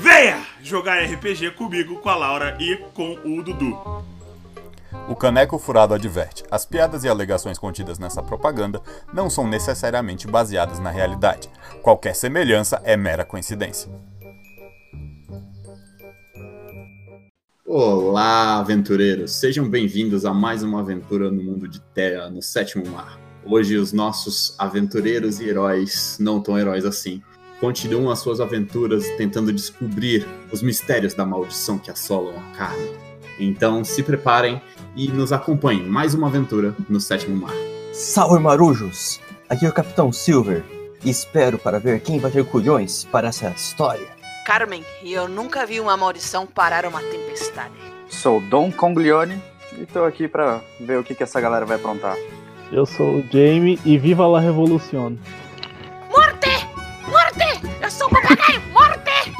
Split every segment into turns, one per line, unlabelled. Venha jogar RPG comigo, com a Laura e com o Dudu.
O Caneco Furado adverte: as piadas e alegações contidas nessa propaganda não são necessariamente baseadas na realidade. Qualquer semelhança é mera coincidência.
Olá, aventureiros! Sejam bem-vindos a mais uma aventura no mundo de Terra, no sétimo mar. Hoje, os nossos aventureiros e heróis, não tão heróis assim, continuam as suas aventuras tentando descobrir os mistérios da maldição que assolam a carne. Então, se preparem e nos acompanhem mais uma aventura no sétimo mar.
Salve marujos! Aqui é o Capitão Silver e espero para ver quem vai ter culhões para essa história.
Carmen, e eu nunca vi uma maldição parar uma tempestade.
Sou Dom Conglione e tô aqui pra ver o que, que essa galera vai aprontar.
Eu sou o Jamie e viva la revolucion.
Morte! Morte! Eu sou um papagaio! Morte!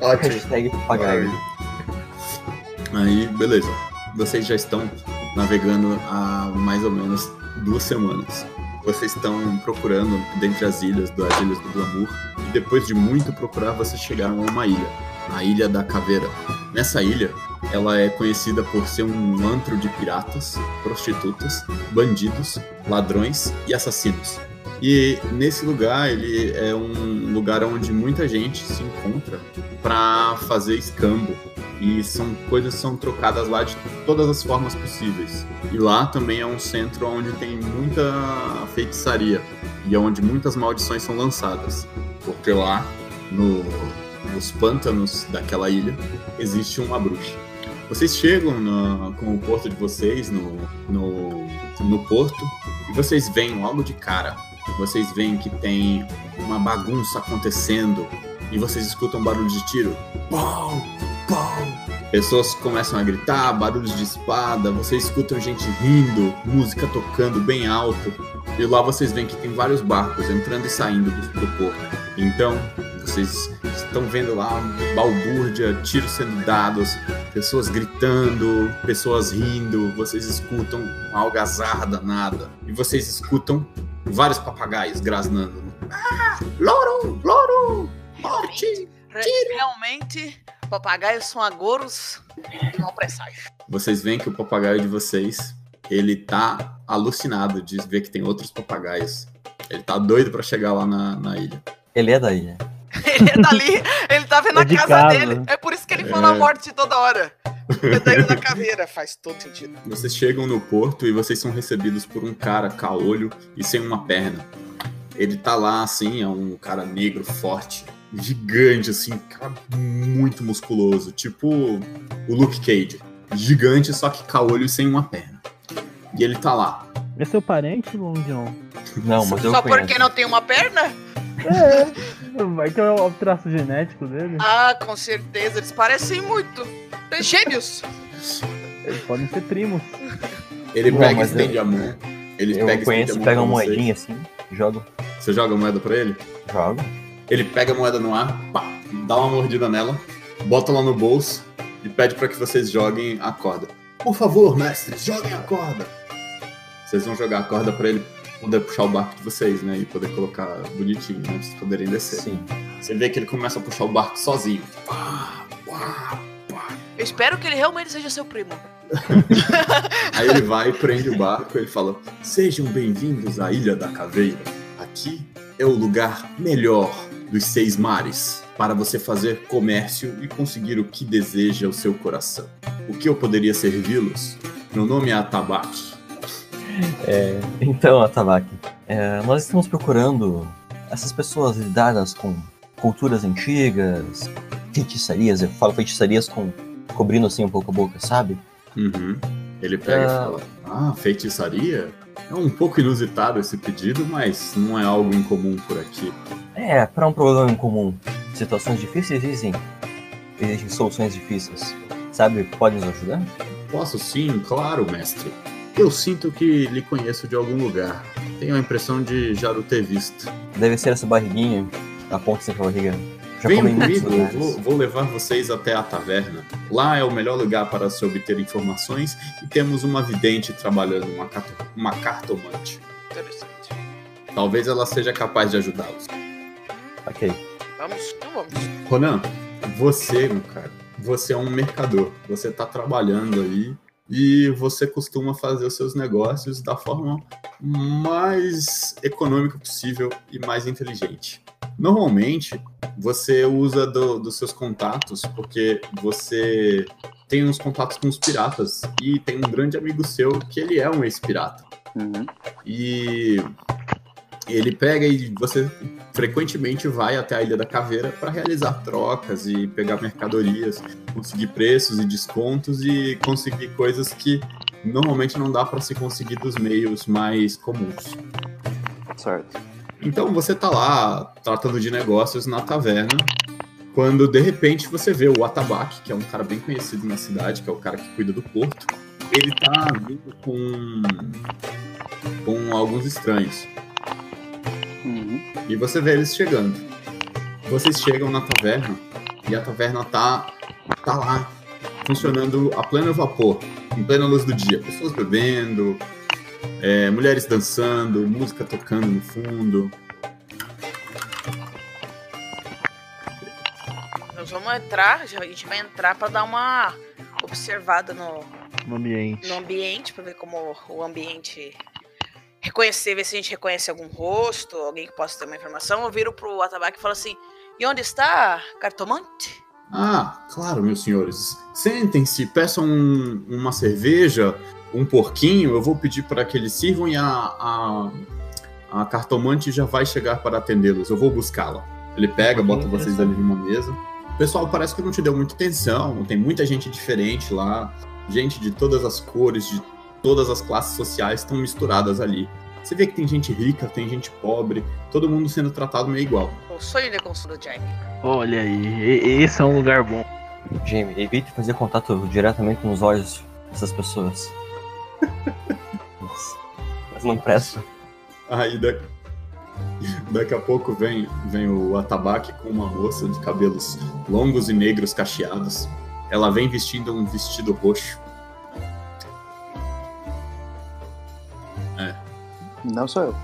Ótimo.
Hashtag papagaio.
Aí, beleza. Vocês já estão navegando há mais ou menos duas semanas. Vocês estão procurando dentre as ilhas, das ilhas do glamour, e depois de muito procurar, vocês chegaram a uma ilha, a Ilha da Caveira. Nessa ilha, ela é conhecida por ser um antro de piratas, prostitutas, bandidos, ladrões e assassinos. E nesse lugar, ele é um lugar onde muita gente se encontra para fazer escambo, e são coisas são trocadas lá de todas as formas possíveis. E lá também é um centro onde tem muita feitiçaria e é onde muitas maldições são lançadas, porque lá no- nos pântanos daquela ilha existe uma bruxa. Vocês chegam na- com o porto de vocês no, no, no porto e vocês veem logo de cara. Vocês veem que tem uma bagunça acontecendo e vocês escutam barulho de tiro. Pau! Pessoas começam a gritar, barulhos de espada, vocês escutam gente rindo, música tocando bem alto. E lá vocês veem que tem vários barcos entrando e saindo do, do porto. Então, vocês estão vendo lá balbúrdia, tiros sendo dados, pessoas gritando, pessoas rindo, vocês escutam uma algazarra danada. E vocês escutam vários papagaios grasnando. Ah! Louro! Louro! Morte!
Re- Realmente, papagaios são agouros mal presságio.
Vocês veem que o papagaio de vocês, ele tá alucinado de ver que tem outros papagaios. Ele tá doido pra chegar lá na, na ilha.
Ele é da ilha.
Ele é dali, ele tá vendo
É
a
de
casa,
casa.
dele. É por isso que ele fala
É.
a morte toda hora. É da ilha da caveira, faz todo sentido.
Vocês chegam no porto e vocês são recebidos por um cara caolho e sem uma perna. Ele tá lá assim, é um cara negro forte, gigante assim, um cara muito musculoso, tipo o Luke Cage. Gigante, só que caolho e sem uma perna. E ele tá lá.
É seu parente, Long John?
Não, mas eu
Só
conheço.
porque não tem uma perna?
É, vai que é o traço genético dele.
Ah, com certeza, eles parecem muito. Tem Gêmeos!
Eles podem ser primos.
Ele
Bom,
pega e
mas
estende
eu-
a mão. Ele
Eu
pega e
conheço,
estende a
pega
mão
uma
pra você.
moedinha assim, jogo,
Você joga a moeda pra ele?
jogo.
Ele pega a moeda no ar, pá, dá uma mordida nela, bota lá no bolso e pede pra que vocês joguem a corda. Por favor, mestre, joguem a corda. Vocês vão jogar a corda pra ele poder puxar o barco de vocês, né? E poder colocar bonitinho, né? Pra vocês poderem descer.
Sim.
Você vê que ele começa a puxar o barco sozinho. Pá, pá.
Eu espero que ele realmente seja seu primo.
Aí ele vai, prende o barco e ele fala: Sejam bem-vindos à Ilha da Caveira. Aqui é o lugar melhor dos seis mares para você fazer comércio e conseguir o que deseja o seu coração. O que eu poderia servi-los? Meu nome é Atabaque.
Então, Atabaki, é, nós estamos procurando essas pessoas lidadas com culturas antigas, feitiçarias, eu falo feitiçarias com cobrindo assim um pouco a boca, sabe?
Uhum. Ele pega e fala: Ah, feitiçaria? É um pouco inusitado esse pedido, mas não é algo incomum por aqui.
É, para um problema em comum. Situações difíceis existem. Existem soluções difíceis. Sabe, pode nos ajudar?
Posso sim, claro, mestre. Eu sinto que lhe conheço de algum lugar. Tenho a impressão de já o ter visto.
Deve ser essa barriguinha, aponta assim pra barriga. Já comi
Venham
em muitos
comigo, eu
lugares.
vou, vou levar vocês até a taverna. Lá é o melhor lugar para se obter informações e temos uma vidente trabalhando, uma, cat- uma cartomante.
Interessante.
Talvez ela seja capaz de ajudá-los.
Ok.
Vamos, então vamos.
Ronan, você, meu cara, você é um mercador. Você tá trabalhando aí e você costuma fazer os seus negócios da forma mais econômica possível e mais inteligente. Normalmente, você usa do- dos seus contatos porque você tem uns contatos com os piratas e tem um grande amigo seu que ele é um ex-pirata.
Uhum.
E ele pega e você frequentemente vai até a Ilha da Caveira para realizar trocas e pegar mercadorias, conseguir preços e descontos e conseguir coisas que normalmente não dá para se conseguir dos meios mais comuns.
Certo.
Então você tá lá tratando de negócios na taverna, quando de repente você vê o Atabaque, que é um cara bem conhecido na cidade, que é o cara que cuida do porto. Ele tá vindo com com alguns estranhos.
Uhum.
E você vê eles chegando. Vocês chegam na taverna e a taverna tá, tá lá, funcionando a pleno vapor, em plena luz do dia. Pessoas bebendo, é, mulheres dançando, música tocando no fundo.
Nós vamos entrar, já- a gente vai entrar pra dar uma observada no,
No ambiente.
no ambiente, pra ver como o ambiente reconhecer, ver se a gente reconhece algum rosto, alguém que possa ter uma informação. Eu viro pro Atabaque e falo assim: e onde está cartomante?
Ah, claro, meus senhores. Sentem-se, peçam um- uma cerveja, um porquinho. Eu vou pedir para que eles sirvam e a, a, a cartomante já vai chegar para atendê-los. Eu vou buscá-la. Ele pega, bota vocês ali numa mesa. Pessoal, parece que não te deu muita atenção. Tem muita gente diferente lá. Gente de todas as cores, de todas as classes sociais estão misturadas ali. Você vê que tem gente rica, tem gente pobre, todo mundo sendo tratado meio igual.
É O sonho de consolo do Jaime.
Olha aí, e- esse é um lugar bom.
Jamie, evite fazer contato diretamente nos olhos dessas pessoas. Nossa, mas não presta.
Aí da... daqui a pouco vem, vem o Atabaque com uma moça de cabelos longos e negros cacheados. Ela vem vestindo um vestido roxo.
Não sou eu.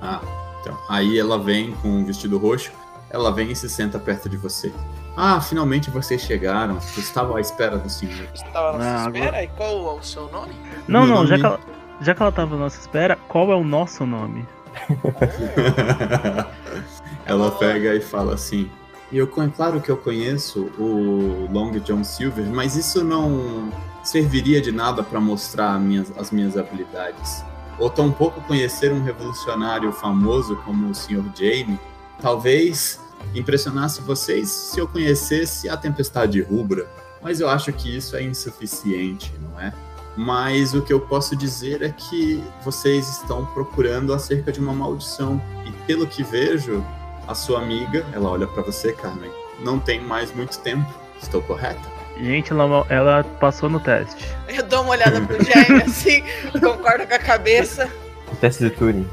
Ah, então. Aí ela vem com um vestido roxo. Ela vem e se senta perto de você. Ah, finalmente vocês chegaram. Eu Estava à espera do senhor.
Estava à nossa
Ah, agora-
espera e qual é o seu nome?
Não,
Meu
não, já
nome-
que, ela, já que ela tava à nossa espera, qual é o nosso nome?
ela pega e fala assim. E eu, con- claro que eu conheço o Long John Silver, mas isso não serviria de nada para mostrar minhas- as minhas habilidades. Ou tampouco conhecer um revolucionário famoso como o Sr. Jamie, talvez impressionasse vocês se eu conhecesse a Tempestade Rubra. Mas eu acho que isso é insuficiente, não é? Mas o que eu posso dizer é que vocês estão procurando acerca de uma maldição. E pelo que vejo, a sua amiga, ela olha pra você, Carmen, não tem mais muito tempo. Estou correta?
Gente, ela, ela passou no teste.
Eu dou uma olhada pro Jaime assim, concordo com a cabeça.
O teste de Turing.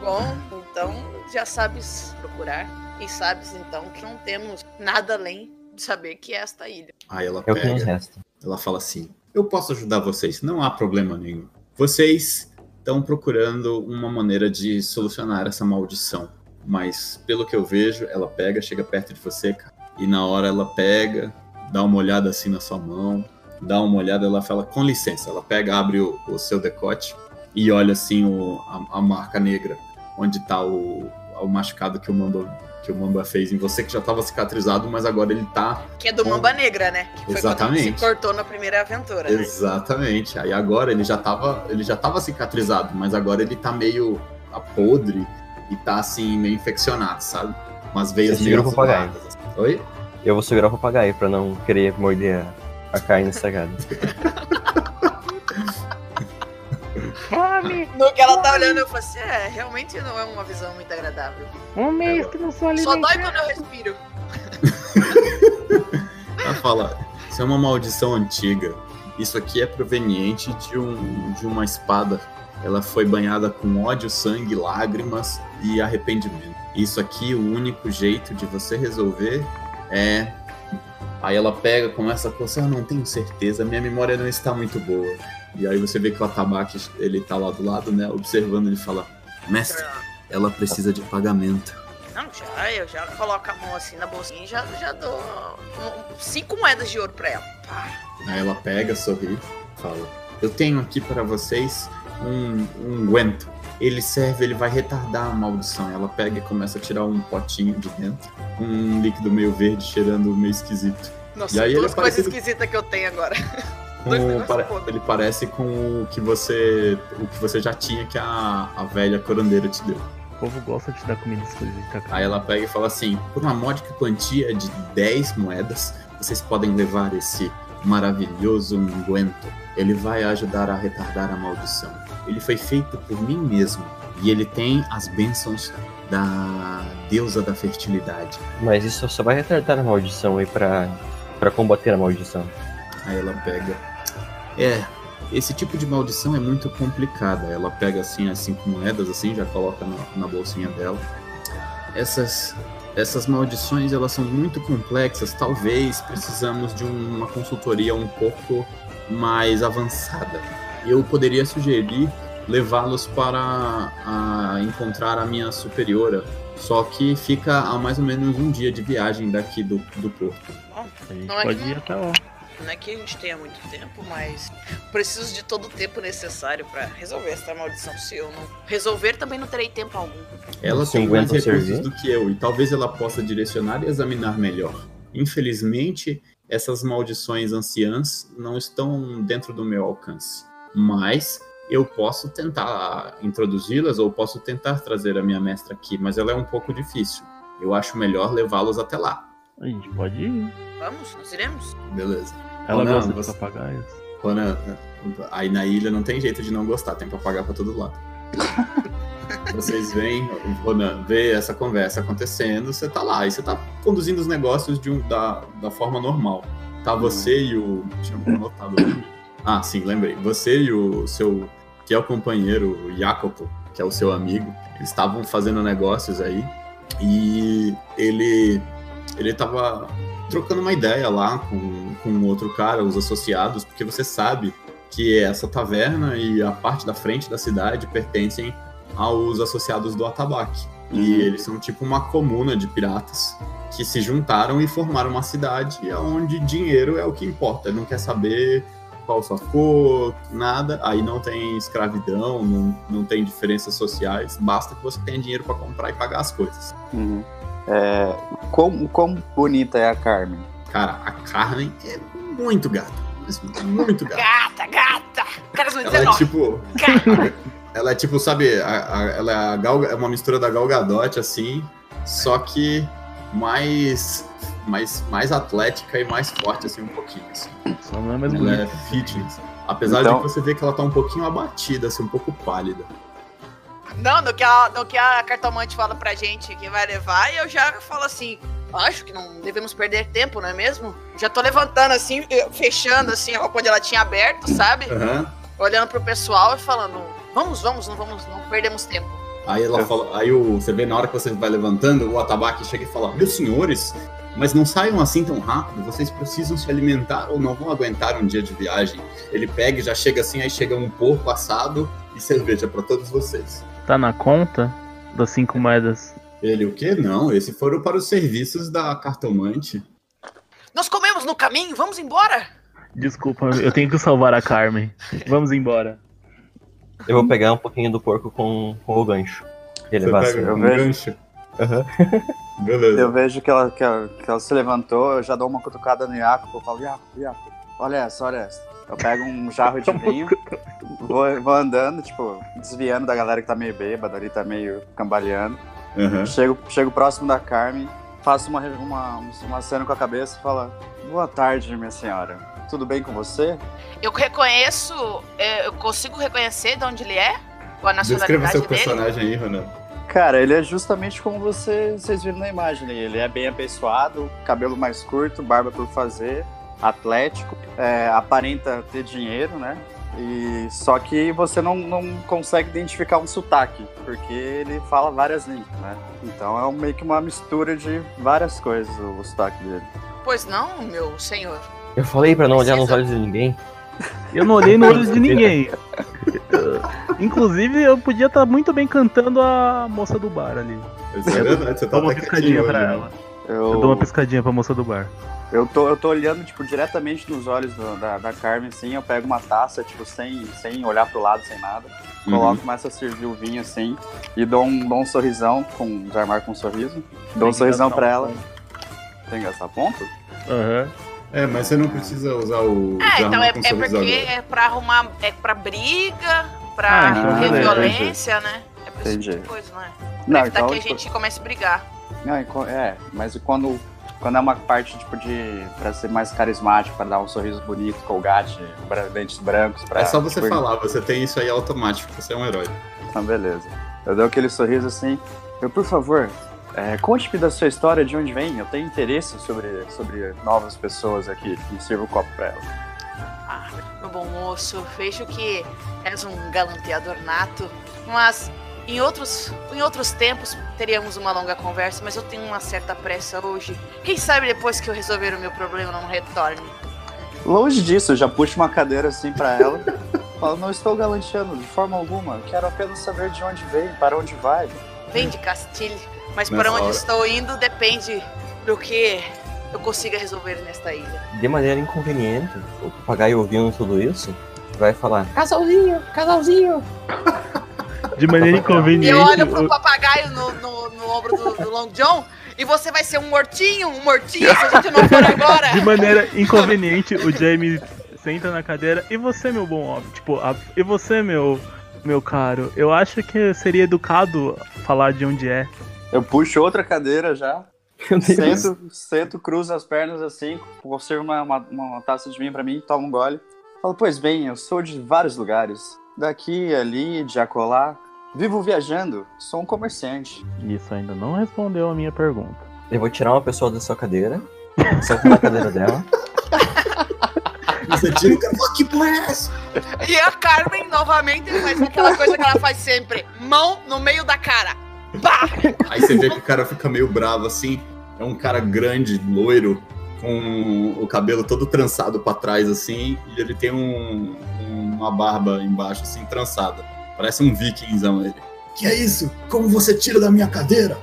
Bom, então já sabes procurar e sabes então que não temos nada além de saber que é esta ilha.
Aí ela
É o que
pega.
nos resta.
Ela fala assim: Eu posso ajudar vocês, não há problema nenhum. Vocês estão procurando uma maneira de solucionar essa maldição. Mas, pelo que eu vejo, ela pega, chega perto de você, cara, e na hora ela pega, dá uma olhada assim na sua mão, dá uma olhada, ela fala, com licença. Ela pega, abre o, o seu decote e olha assim o- a, a marca negra, onde tá o, o machucado que o, mandou, que que o Mamba fez em você, que já tava cicatrizado, mas agora ele tá.
Que é do
Com-
Mamba Negra, né? Que foi quando
Exatamente.
se cortou na primeira aventura. né?
Exatamente. Aí agora ele já tava. Ele já tava cicatrizado, mas agora ele tá meio tá podre e tá assim, meio infeccionado, sabe? Umas veias
Esse
meio
vira o papagaio.
azuladas, assim. Oi?
Eu vou segurar o papagaio pra não querer morder a, a carne estragada.
Come!
No que ela tá olhando, eu falo assim: é, realmente não é uma visão muito agradável.
Um mês que não sou
Só dói
alimentado.
quando eu respiro.
Ela fala, isso é uma maldição antiga. Isso aqui é proveniente de, um, de uma espada. Ela foi banhada com ódio, sangue, lágrimas e arrependimento. Isso aqui, o único jeito de você resolver é. Aí ela pega, começa a coçar, eu não tenho certeza, minha memória não está muito boa. E aí você vê que o Atabaki, ele tá lá do lado, né, observando, ele fala: Mestre, ela precisa de pagamento.
Não, já, eu já coloco a mão assim na bolsinha e já, já dou um- um- cinco moedas de ouro pra ela. Pá.
Aí ela pega, sorri, fala: Eu tenho aqui para vocês um um unguento. Ele serve, ele vai retardar a maldição. Ela pega e começa a tirar um potinho de dentro, um líquido meio verde, cheirando meio esquisito. E
Nossa,
aí ele
duas
é
coisas
parecido-
esquisitas que eu tenho agora.
Um-
Dois negócios
pare-
podres.
ele parece com o que você, o que você já tinha que a, a velha corandeira te deu.
O povo gosta de dar comida esquisita, cara.
Aí ela pega e fala assim: por uma módica quantia de 10 moedas, vocês podem levar esse maravilhoso unguento. Ele vai ajudar a retardar a maldição. Ele foi feito por mim mesmo e ele tem as bênçãos da deusa da fertilidade.
Mas isso só vai retardar a maldição aí pra, pra combater a maldição.
Aí ela pega. É, esse tipo de maldição é muito complicada. Ela pega assim as cinco moedas, assim, já coloca na, na bolsinha dela. Essas, essas maldições elas são muito complexas. Talvez precisamos de um- uma consultoria um pouco mais avançada. Eu poderia sugerir levá-los para a- encontrar a minha superiora. Só que fica a mais ou menos um dia de viagem daqui do, do porto.
A gente
Não é
pode
que-
ir até lá.
Não é que a gente tenha muito tempo, mas preciso de todo o tempo necessário pra resolver essa maldição. Se eu não resolver, também não terei tempo algum.
Ela
Você
tem mais
aguenta
recursos
servir?
do que eu e talvez ela possa direcionar e examinar melhor. Infelizmente, essas maldições anciãs não estão dentro do meu alcance, mas eu posso tentar introduzi-las ou posso tentar trazer a minha mestra aqui, mas ela é um pouco difícil. Eu acho melhor levá-los até lá.
A gente pode ir.
Vamos, nós iremos.
Beleza.
Ela
não,
gosta
você-
de papagaios.
Quando- aí na ilha não tem jeito de não gostar, tem papagaio pra todo lado. Vocês veem, Ronan, vê essa conversa acontecendo, você tá lá, e você tá conduzindo os negócios de um, da, da forma normal. Tá você e o. Deixa eu anotar o nome. Ah, sim, lembrei. Você e o seu fiel companheiro, o Jacopo, que é o seu amigo, eles estavam fazendo negócios aí, e ele. Ele tava trocando uma ideia lá com, com um outro cara, os associados, porque você sabe que essa taverna e a parte da frente da cidade pertencem aos associados do Atabaque. E eles são tipo uma comuna de piratas que se juntaram e formaram uma cidade onde dinheiro é o que importa. Não quer saber qual sua cor, nada. Aí não tem escravidão, não, não tem diferenças sociais. Basta que você tenha dinheiro para comprar e pagar as coisas.
Uhum. É, quão, quão bonita é a Carmen?
Cara, a Carmen é muito gata. mas Muito gata.
Gata, gata! Caras no
Ela é
19.
tipo.
Gata!
Ela é tipo, sabe, a- a- ela é, a Gal- é uma mistura da Gal Gadot, assim, só que mais, mais, mais atlética e mais forte, assim, um pouquinho. assim.
Só não é mais
Ela é
bonito.
fitness. Apesar
Então-
de que você vê que ela tá um pouquinho abatida, assim, um pouco pálida.
Não, no que, a, no que a cartomante fala pra gente que vai levar, e eu já falo assim, acho que não devemos perder tempo, não é mesmo? Já tô levantando assim, eh, fechando assim a roupa onde ela tinha aberto, sabe?
É.
Olhando pro pessoal e falando, vamos, vamos, não vamos, não perdemos tempo.
Aí
É.
ela fala, aí o, você vê na hora que você vai levantando, o atabaque chega e fala, meus senhores, mas não saiam assim tão rápido, vocês precisam se alimentar ou não vão aguentar um dia de viagem. Ele pega e já chega assim, aí chega um porco assado e cerveja pra todos vocês.
Tá na conta das cinco moedas.
Ele, o quê? Não, esse foram para os serviços da cartomante.
Nós comemos no caminho, vamos embora?
Desculpa, eu tenho que salvar a Carmen. Vamos embora.
Eu vou
é
pegar um pouquinho do porco com, com o gancho. Ele vai
pega
eu
um
vejo.
gancho. Beleza.
Eu vejo que ela, que, ela, que ela se levantou, eu já dou uma cutucada no Iaco, eu falo, Iaco, Iaco, olha essa, olha essa. Eu pego um jarro de vinho, vou, vou andando, tipo, desviando da galera que tá meio bêbada ali, tá meio cambaleando.
Aham.
Chego, chego próximo da Carmen, faço uma, uma, uma cena com a cabeça e falo, boa tarde, minha senhora. Tudo bem com você?
Eu reconheço, é, eu consigo reconhecer de onde ele é? Ou a
Descreva
nacionalidade
seu
dele?
personagem aí, Ronan.
Cara, ele é justamente como você, vocês viram na imagem. ali. Ele é bem apessoado, cabelo mais curto, barba por fazer, atlético, é, aparenta ter dinheiro, né? E só que você não, não consegue identificar um sotaque, porque ele fala várias línguas, né? Então é um- meio que uma mistura de várias coisas o, o sotaque dele.
Pois não, meu senhor.
Eu falei pra não olhar nos
Precisa.
olhos de ninguém.
Eu não olhei no olho de ninguém. Inclusive, eu podia estar muito bem cantando a moça do bar ali.
Isso é verdade, você tá
Dou uma
até quietinho
piscadinha
hoje,
pra
né?
ela.
Eu,
Eu dou uma piscadinha pra moça do bar.
Eu tô, eu tô olhando, tipo, diretamente nos olhos do- da, da Carmen, assim, eu pego uma taça, tipo, sem, sem olhar pro lado, sem nada.
Uhum.
Coloco, começo a servir o vinho, assim, e dou um, dou um sorrisão, com, desarmar com um sorriso. Dou um sorrisão pra ela. Tem que gastar ponto?
Aham.
É, mas você não precisa usar o
É,
jarro
então é,
com
é
sorriso
porque
agora.
é pra arrumar, é pra briga,
Ah,
pra
então
correr
beleza.
violência, né? É pra esse tipo
Entendi.
de coisa, não é? Pra
Não,
evitar
então,
que a
tipo,
gente comece a brigar.
não, e co- é, mas e quando, quando é uma parte, tipo, de... pra ser mais carismático, pra dar um sorriso bonito, colgate, bra- dentes brancos, pra...
É só você
tipo,
falar, você tem isso aí automático, você é um herói.
Então, beleza. Eu dou aquele sorriso assim. Eu, por favor, é, conte-me da sua história, de onde vem. Eu tenho interesse sobre, sobre novas pessoas aqui. E sirvo o copo pra ela.
Ah, meu bom moço, vejo que és um galanteador nato, mas em outros, em outros tempos teríamos uma longa conversa, mas eu tenho uma certa pressa hoje. Quem sabe depois que eu resolver o meu problema não retorne.
Longe disso, eu já puxo uma cadeira assim pra ela. Falo, não estou galanteando de forma alguma. Quero apenas saber de onde vem, para onde vai.
Vem de Castilho, mas
Nessa
para onde
hora.
estou indo depende do que eu consiga resolver nesta ilha.
de maneira inconveniente, o papagaio ouvindo tudo isso, vai falar: Casalzinho, casalzinho.
De maneira
E
inconveniente.
eu olho pro
eu-
papagaio no, no, no ombro do, do Long John e você vai ser um mortinho, um mortinho, se a gente não for agora.
De maneira inconveniente, o Jamie senta na cadeira. E você, meu bom homem? Tipo, a- e você, meu. Meu caro, eu acho que seria educado falar de onde é.
Eu puxo outra cadeira já.
Meu Deus.
Sento, sento, cruzo as pernas assim, conservo uma, uma, uma taça de vinho pra mim, tomo um gole. Falo, pois bem, eu sou de vários lugares. Daqui, ali, de acolá. Vivo viajando, sou um comerciante.
Isso ainda não respondeu a minha pergunta.
Eu vou tirar uma pessoa da sua cadeira, sentar na cadeira dela.
Ah, Você tira o cara e fala, que porra é essa?
E a Carmen novamente faz aquela coisa que ela faz sempre: mão no meio da cara. Pá!
Aí você vê que o cara fica meio bravo assim. É um cara grande, loiro, com o cabelo todo trançado pra trás, assim, e ele tem um- uma barba embaixo, assim, trançada. Parece um vikingzão ele. Que é isso? Como você tira da minha cadeira?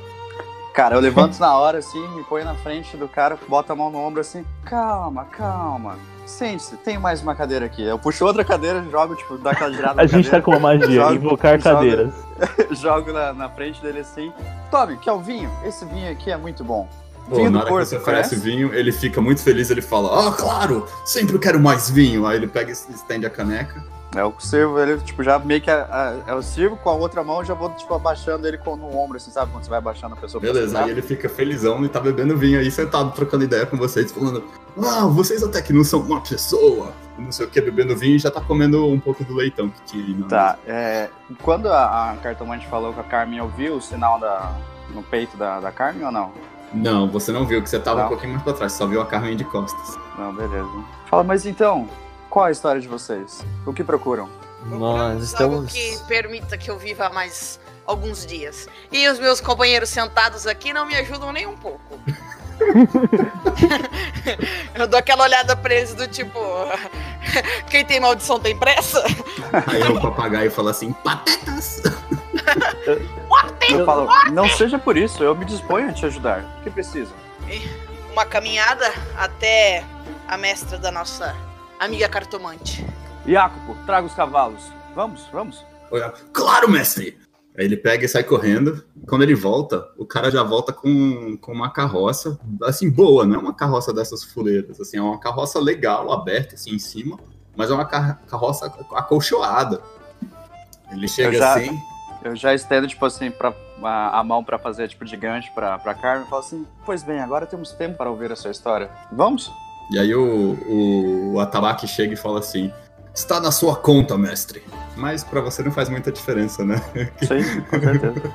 Cara, eu levanto na hora assim, me ponho na frente do cara, boto a mão no ombro assim, calma, calma. Sente-se, tem mais uma cadeira aqui. Eu puxo outra cadeira, jogo, tipo, dá aquela girada
A
na
gente
cadeira.
tá com uma magia,
Joga-
invocar
joga-
cadeiras.
Jogo na, na frente dele assim. Tome, quer um vinho? Esse vinho aqui é muito bom.
Pô,
Vinho
na
do
hora
Porto,
que você oferece
conhece?
vinho, ele fica muito feliz, ele fala, ah, claro, sempre quero mais vinho. Aí ele pega e estende a caneca.
É, Eu sirvo ele, tipo, já meio que. a- a- eu sirvo com a outra mão e já vou, tipo, abaixando ele com, no ombro, assim, sabe? Quando você vai abaixando a pessoa pra
Beleza,
sentar.
aí ele fica felizão e tá bebendo vinho aí, sentado, trocando ideia com vocês, falando: Ah, vocês até que não são uma pessoa, e não sei o que, bebendo vinho e já tá comendo um pouco do leitão que tinha aí. na
Tá, é, quando a, a cartomante falou que a Carmen ouviu o sinal da, no peito da, da Carmen ou não?
mesa. Não, você não viu, que você tava
Não.
um pouquinho mais pra trás, só viu a Carmen de costas.
Não, beleza. Fala, mas então, qual a história de vocês? O que procuram?
Nós
Algo
estamos.
que permita que eu viva mais alguns dias. E os meus companheiros sentados aqui não me ajudam nem um pouco. eu dou aquela olhada pra eles do tipo. Quem tem maldição tem pressa?
Aí o papagaio fala assim: Patetas!
Eu falo, não seja por isso, eu me disponho a te ajudar. O que precisa?
Uma caminhada até a mestra da nossa amiga cartomante.
Iacopo, traga os cavalos. Vamos, vamos.
Olha, claro, mestre! Aí ele pega e sai correndo. Quando ele volta, o cara já volta com, com uma carroça, assim, boa, não é uma carroça dessas fuleiras, assim, é uma carroça legal, aberta, assim, em cima, mas é uma carra- carroça acolchoada. Ele chega
Eu já-
assim,
Eu já estendo, tipo assim, pra, a, a mão pra fazer, tipo, de gancho pra, pra Carmen e falo assim, pois bem, agora temos tempo para ouvir a sua história. Vamos?
e aí o, o, o Atabaki chega e fala assim, está na sua conta, mestre. Mas pra você não faz muita diferença, né?
Sim, com certeza.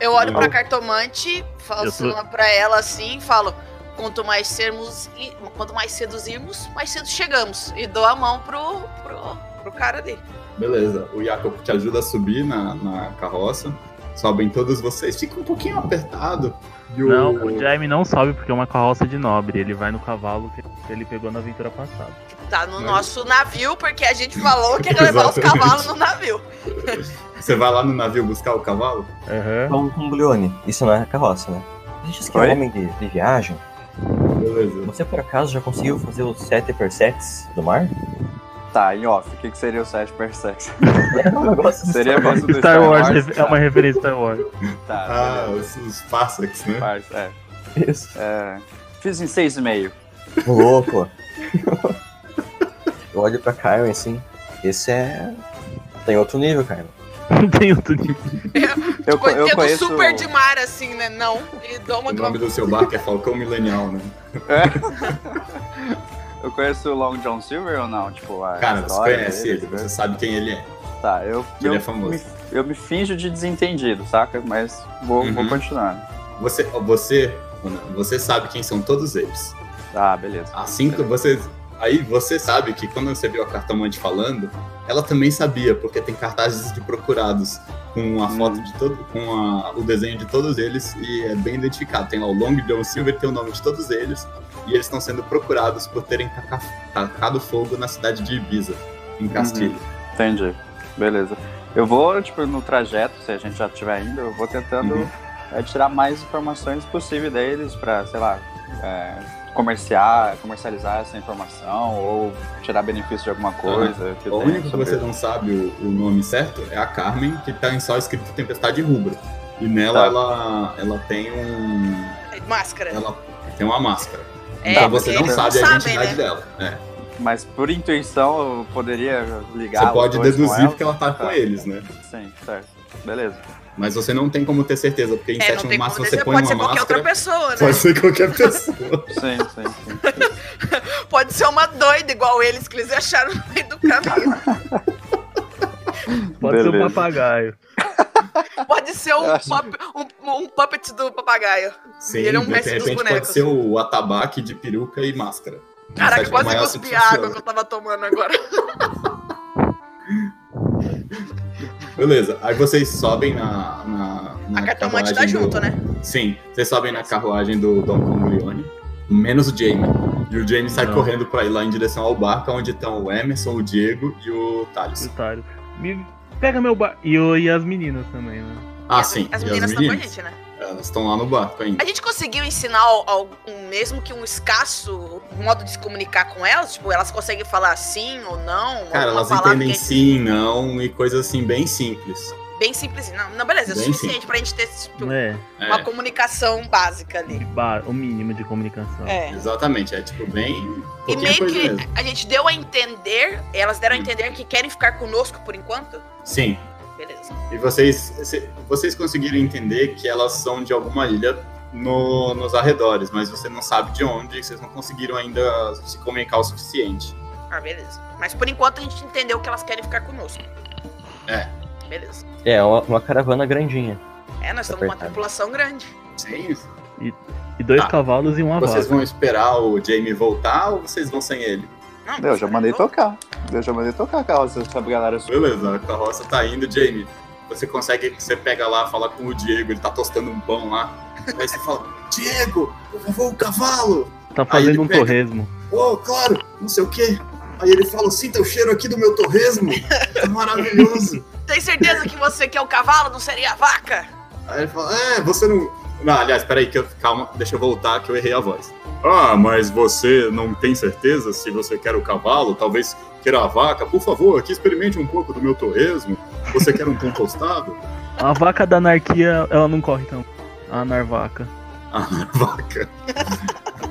Eu olho
Não.
pra cartomante, falo
Eu tô-
pra ela assim, falo: quanto mais sermos, e- quanto mais seduzirmos, mais cedo chegamos. E dou a mão pro, pro, pro cara ali.
Beleza, o Jacob te ajuda a subir na, na carroça, sobem todos vocês, fica um pouquinho apertado. E o-
Não, o Jaime não sobe porque é uma carroça de nobre. Ele vai no cavalo que ele pegou na aventura passada.
Tá no
Mas-
nosso navio, porque a gente falou que ia levar os
Exatamente.
cavalos no navio.
Você vai lá no navio buscar o cavalo?
Aham.
Então, com Bulione, isso não é carroça, né? Deixa que é
Oi?
homem de, de viagem.
Beleza.
Você por acaso já conseguiu fazer os 7 persets do mar?
Tá, em off, o que, que seria o 7 per sexo?
É um negócio de
Seria a voz do
Star Wars é
Tá,
uma referência Star Wars.
Tá,
Ah,
beleza.
os, os Farsax, né?
Parça, é.
Isso.
É, Fiz em 6,5.
Ô, Louco. Eu olho pra Carmen assim. Esse é. Tem outro nível, Carmen.
Não tem outro nível.
Eu, co- eu
Coitado
conheço.
Tipo, super de mar, assim, né? Não. E dou uma
O nome do seu barco é Falcão Milenial, né?
É. Eu conheço o Long John Silver ou não? Tipo, a
Cara, você
história né?
conhece
dele,
ele, você sabe quem ele é.
Tá, eu,
Ele
eu,
é famoso.
Me, eu me finjo de desentendido, saca? Mas vou,
Uhum.
vou continuar.
Você, você, você sabe quem são todos eles.
Tá, beleza.
Assim que você. Aí você sabe que quando você viu a cartomante falando, ela também sabia, porque tem cartazes de procurados com a foto de todo. com a- o desenho de todos eles e é bem identificado. Tem lá o Long John Silver, tem o nome de todos eles, e eles estão sendo procurados por terem taca- tacado fogo na cidade de Ibiza, em Castilho.
Entendi. Beleza. Eu vou, tipo, no trajeto, se a gente já tiver indo, eu vou tentando
Uhum.
é, tirar mais informações possível deles pra, sei lá, é, comerciar, comercializar essa informação ou tirar benefício de alguma coisa. que
O
tem
único que
sobre
Uhum. você
isso.
não sabe o, o nome certo é a Carmen, que tá em só escrito Tempestade Rubra. E nela
Tá.
ela, ela tem um.
Máscara.
Ela tem uma máscara.
É,
então você não
porque
sabe
eles
a
não
identidade
sabem, né?
dela. É.
Mas por intuição eu poderia ligar.
você
os
pode
dois com
deduzir
ela.
porque ela tá com
Tá.
eles, né?
Sim, certo. Beleza.
Mas você não tem como ter certeza, porque em
É, não
sétimo
tem como
máximo você
dizer,
põe
pode
uma
ser qualquer outra
máscara.
pessoa, né?
Pode ser qualquer pessoa.
Sim, sim, sim.
Pode ser uma doida igual eles, que eles acharam no meio do caminho.
Pode ser um
Beleza.
papagaio.
Pode ser um,
Eu acho-
pup- um, um puppet do papagaio.
Sim,
Ele é um
de
mestre dos
repente pode
bonecos.
ser o atabaque de peruca e máscara.
Caraca,
Sétimo
quase
maior
cuspi
funciona.
a água que eu tava tomando agora.
Beleza, aí vocês sobem na. na, na
né? a cartomante tá
carruagem do-
junto, né?
Sim, vocês sobem na carruagem do Dom Conglione, menos o Jamie. E o Jamie sai
Não.
correndo pra ir lá em direção ao barco, onde estão o Emerson, o Diego e o Thales.
Otário. Me- Pega meu bar. E, o- e as meninas também, né?
Ah, sim,
As
e
meninas
as
estão com a
meninas?
gente, né?
Elas estão lá no barco ainda.
A gente conseguiu ensinar algum, mesmo que um escasso modo de se comunicar com elas? Tipo, elas conseguem falar sim ou não?
Cara,
alguma
elas
palavra
entendem
que a gente-
sim, não e coisas assim bem simples.
Bem simples. Não, não beleza, é
Bem
suficiente pra gente ter tipo,
É,
uma
É,
comunicação básica ali.
de bar, o mínimo de comunicação.
É.
exatamente, é tipo bem.
E
pouquinha
meio
coisa é
que
mesmo.
a gente deu a entender, elas deram a
Hum.
entender que querem ficar conosco por enquanto?
Sim.
Beleza.
E vocês, se- vocês conseguiram entender que elas são de alguma ilha no- nos arredores, mas você não sabe de onde, e vocês não conseguiram ainda se comunicar o suficiente.
Ah, beleza. Mas por enquanto a gente entendeu que elas querem ficar conosco.
É.
Beleza.
É, uma, uma caravana grandinha.
É, nós
Tá
estamos com uma
apertado.
tripulação grande.
Sim.
E dois
Tá.
cavalos e uma
é Vocês
vaca.
vão esperar o Jamie voltar ou vocês vão sem ele?
Não, é
Eu já mandei
voltou.
tocar. Eu já mandei tocar a carroça pra galera subir.
Beleza, a carroça tá indo, Jamie. Você consegue, você pega lá, fala com o Diego, ele tá tostando um pão lá. Aí você fala, Diego, eu vou o cavalo!
Tá
Aí ele
fazendo um
pega.
torresmo.
Oh, claro, não sei o quê. Aí ele fala, sinta o cheiro aqui do meu torresmo, tá maravilhoso.
Tem certeza que você quer o cavalo, não seria a vaca?
Aí ele fala, é, você não... Não, aliás, peraí, que eu, calma, deixa eu voltar que eu errei a voz. Ah, mas você não tem certeza se você quer o cavalo, talvez queira a vaca. Por favor, aqui experimente um pouco do meu torresmo. Você quer um pão tostado?
A vaca da anarquia, ela não corre tão. A narvaca.
Ah, vaca.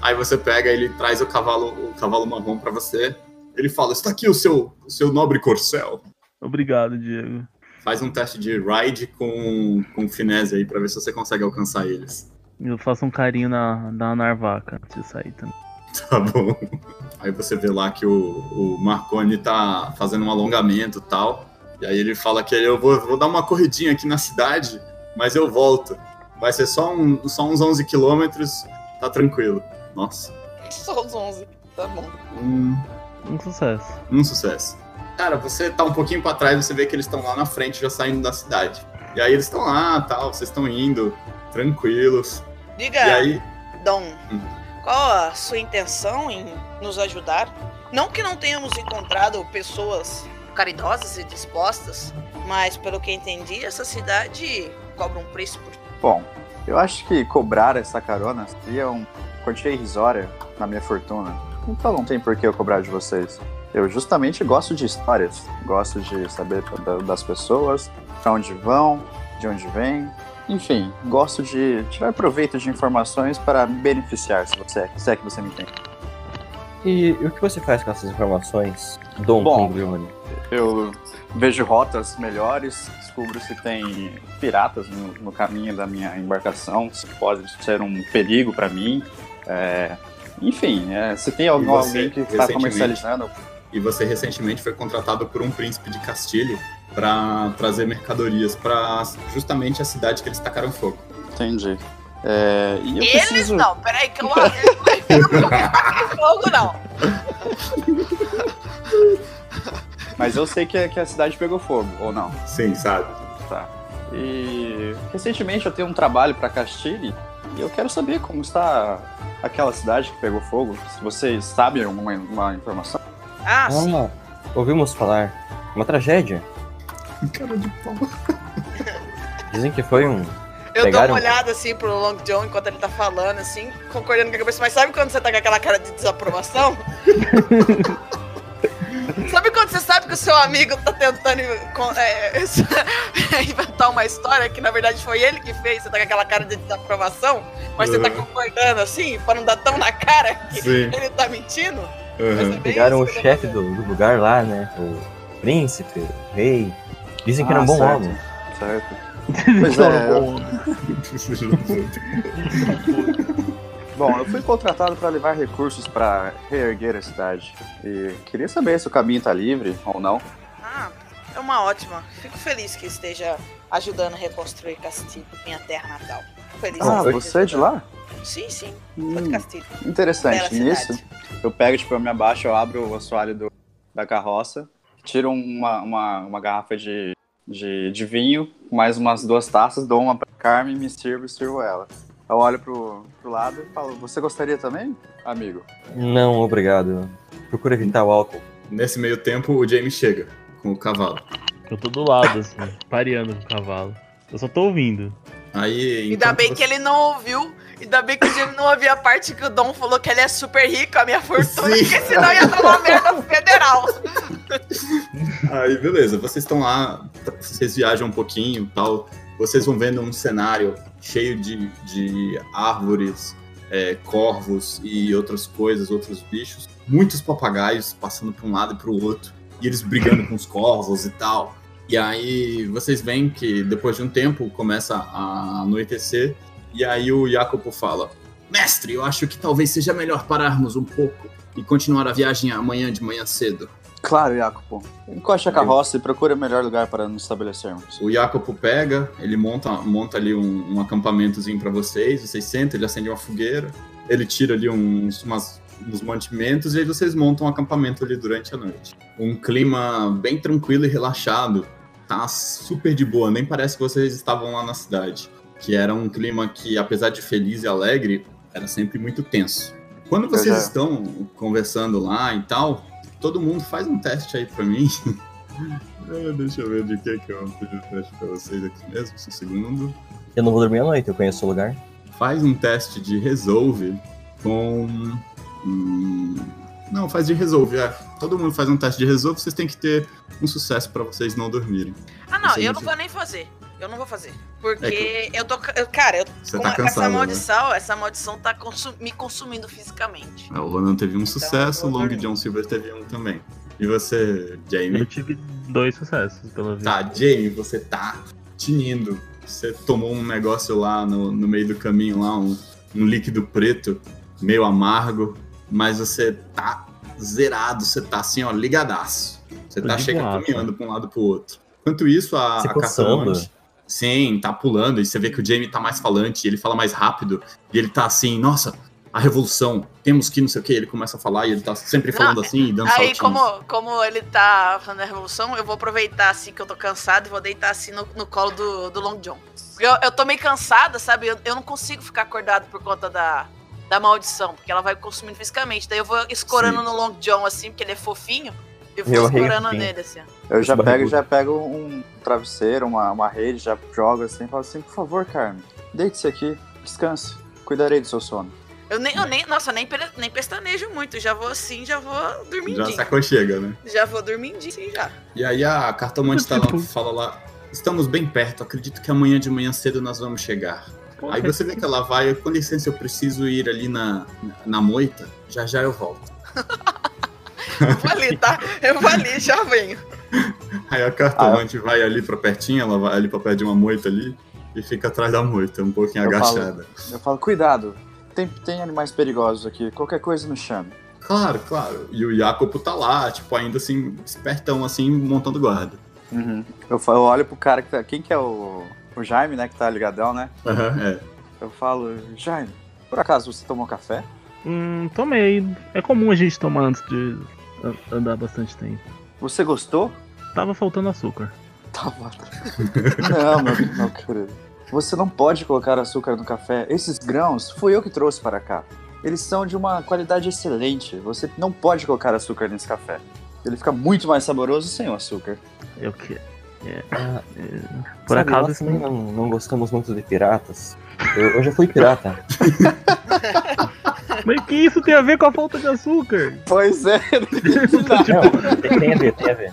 Aí você pega, ele traz o cavalo, o cavalo marrom pra você. Ele fala: "Está aqui o seu, o seu nobre corcel.
Obrigado, Diego.
Faz um teste de ride com com finesse aí pra ver se você consegue alcançar eles."
Eu faço um carinho na, na narvaca antes de sair também.
Tá bom. Aí você vê lá que o, o Marconi tá fazendo um alongamento e tal. E aí ele fala que eu vou, vou dar uma corridinha aqui na cidade, mas eu volto. Vai ser só, um, só uns 11 quilômetros, tá tranquilo. Nossa,
Só os 11. Tá bom.
um,
Um sucesso.
um sucesso. Cara, você tá um pouquinho pra trás, você vê que eles estão lá na frente, já saindo da cidade. E aí eles estão lá, tal, vocês estão indo, tranquilos.
Diga,
E aí,
Dom,
Hum.
qual a sua intenção em nos ajudar? Não que não tenhamos encontrado pessoas caridosas e dispostas, mas pelo que entendi, essa cidade cobra um preço por
Bom, eu acho que cobrar essa carona seria uma quantia irrisória na minha fortuna. Então não tem por que eu cobrar de vocês. Eu justamente gosto de histórias. Gosto de saber da- das pessoas, pra onde vão, de onde vêm. Enfim, gosto de tirar proveito de informações para me beneficiar, se, você, se é que você me entende.
E o que você faz com essas informações, Dom
Bom,
Conglione?
Eu vejo rotas melhores, descubro se tem piratas no, no caminho da minha embarcação, se pode ser um perigo para mim. É, enfim, é, se tem algum,
você,
alguém que está
recentemente?
comercializando,
e você recentemente foi contratado por um príncipe de Castilho pra trazer mercadorias pra justamente a cidade que eles tacaram fogo.
entendi. É, e eu
Eles
preciso.
não, peraí, que eu não fogo não.
Mas eu sei que, que a cidade pegou fogo, ou não.
Sim, sabe?
Tá. E recentemente eu tenho um trabalho para Castile e eu quero saber como está aquela cidade que pegou fogo. Se vocês sabem alguma uma informação.
Ah, sim.
ouvimos falar. Uma tragédia.
Cara de pau.
Dizem que foi um.
Eu dou
Pegaram?
uma olhada assim pro Long John enquanto ele tá falando, assim, concordando com a cabeça. Mas sabe quando você tá com aquela cara de desaprovação? sabe quando você sabe que o seu amigo tá tentando é, inventar uma história que na verdade foi ele que fez? Você tá com aquela cara de desaprovação, mas você tá
Uhum.
concordando assim, pra não dar tão na cara que
Sim.
ele tá mentindo? Mas é
Uhum.
bem
Pegaram o
isso que eu tô
chefe do, do lugar lá, né? O príncipe, o rei. Dizem que era um
Ah,
bom
certo.
homem. um
Certo. Pois é, eu- Bom, eu fui contratado para levar recursos para reerguer a cidade. E queria saber se o caminho tá livre ou não.
Ah, é uma ótima. Fico feliz que esteja ajudando a reconstruir Castilho, minha terra natal. Feliz
Ah,
que esteja
você é de lá?
ajudando. Sim, sim, sou de
Hum,
Castilho. Bela
interessante. Nisso,
cidade.
eu pego, tipo, eu me abaixo, eu abro o assoalho do- da carroça, tiro uma, uma, uma garrafa de, de, de vinho, mais umas duas taças, dou uma pra Carmen, me sirvo e sirvo ela. Eu olho pro, pro lado e falo, você gostaria também, amigo?
Não, obrigado. Procura evitar o álcool.
Nesse meio tempo, o Jamie chega com o cavalo.
Eu tô do lado, assim, pareando com o cavalo. Eu só tô ouvindo.
Aí.
Ainda
enquanto
bem
você-
que ele não ouviu. Ainda bem que o Jimmy não ouviu a parte que o Dom falou que ele é super rico, a minha fortuna,
Sim.
porque senão ia tomar merda federal.
Aí, beleza, vocês estão lá, vocês viajam um pouquinho tal. Vocês vão vendo um cenário cheio de, de árvores, é, corvos e outras coisas, outros bichos. Muitos papagaios passando para um lado e para o outro. E eles brigando com os corvos e tal. E aí vocês veem que depois de um tempo começa a anoitecer. E aí o Jacopo fala: Mestre, eu acho que talvez seja melhor pararmos um pouco e continuar a viagem amanhã de manhã cedo.
Claro, Jacopo. Encoste a carroça e procura o melhor lugar para nos estabelecermos.
O Jacopo pega, ele monta, monta ali um, um acampamentozinho pra vocês, vocês sentam, ele acende uma fogueira, ele tira ali uns, umas- uns mantimentos e aí vocês montam um acampamento ali durante a noite. Um clima bem tranquilo e relaxado, tá super de boa, nem parece que vocês estavam lá na cidade, que era um clima que, apesar de feliz e alegre, era sempre muito tenso. Quando vocês
já-
estão conversando lá e tal, todo mundo faz um teste aí pra mim. É, Deixa eu ver de que que eu pedi o teste pra vocês aqui mesmo, só um segundo.
Eu não vou dormir à noite, eu conheço o lugar.
Faz um teste de resolve com hum, Não, faz de resolve. É, todo mundo faz um teste de resolve, vocês têm que ter um sucesso pra vocês não dormirem.
Ah, não,
Isso aí
eu
não sei.
não vou nem fazer. Eu não vou fazer. Porque
É que-
eu tô. eu- cara, eu,
Você
com
tá
a- com
cansado,
essa
né?
maldição, essa maldição tá consu- me consumindo fisicamente.
Ah, O Ronan teve um sucesso, o
é Então, eu vou
Long
dormir.
John Silver teve um também. E você,
Eu
Jamie?
tive dois sucessos, pelo visto.
Tá, Jamie, você tá tinindo. Você tomou um negócio lá no, no meio do caminho, lá, um, um líquido preto, meio amargo, mas você tá zerado, você tá assim, ó, ligadaço. Você
Tô
tá
de
chega
boaça.
caminhando pra um lado pro outro. Enquanto isso, a,
Se
a
coçando.
Cacamonte- Sim, tá pulando, e você vê que o Jamie tá mais falante, ele fala mais rápido, e ele tá assim, nossa, a revolução, temos que não sei o que, ele começa a falar, e ele tá sempre falando assim, e dando
Aí,
saltinhos.
como, como ele tá falando da revolução, eu vou aproveitar assim que eu tô cansado e vou deitar assim no, no colo do, do Long John. Eu, eu tô meio cansada, sabe? Eu, eu não consigo ficar acordado por conta da, da maldição, porque ela vai consumindo fisicamente. Daí eu vou escorando
Sim.
no Long John, assim, porque ele é fofinho, e vou
Eu
escorando
arrepio.
nele, assim.
Eu já
Esse
pego,
barrigudo.
já pego um travesseiro, uma, uma rede, já jogo assim e falo assim, por favor, Carmen, deite-se aqui, descanse, cuidarei do seu sono.
Eu nem, eu nem, nossa, nem, pele- nem pestanejo muito, já vou assim, já vou
Já
dormindinho.
se
Já,
aconchega, né?
vou dormindinho, sim, já.
E aí a cartomante tá lá,
Tipo-
fala lá, estamos bem perto, acredito que amanhã de manhã cedo nós vamos chegar. Aí você vê que ela vai, com licença, eu preciso ir ali na, na moita, já já eu volto.
Eu vou ali, tá? Eu vou ali, já venho.
Aí a cartomante vai ali pra pertinho, ela vai ali pra perto de uma moita ali, e fica atrás da moita, um pouquinho
Eu falo.
agachada.
Eu falo, cuidado, tem, tem animais perigosos aqui, qualquer coisa me chame.
Claro, claro. E o Jacopo tá lá, tipo, ainda assim, espertão, assim, montando guarda.
Uhum. Eu, falo, eu olho pro cara que tá. Quem que é o. O Jaime, né? Que tá ligadão, né?
Aham, é.
Eu falo, Jaime, por acaso você tomou café?
Hum, tomei. É comum a gente tomar antes de an- andar bastante tempo.
Você gostou?
Tava faltando açúcar.
Tava. não, meu, meu querido. Você não pode colocar açúcar no café. Esses grãos fui eu que trouxe para cá. Eles são de uma qualidade excelente. Você não pode colocar açúcar nesse café. Ele fica muito mais saboroso sem o açúcar.
Eu que. é,
Ah,
é, por
Sabe,
acaso
nós
isso
também
não.
não, não gostamos muito de piratas. Eu, eu já fui pirata.
é- Mas que isso tem a ver com a falta de açúcar?
Pois é.
Tipo,
Não, tem, tem a ver, tem a ver.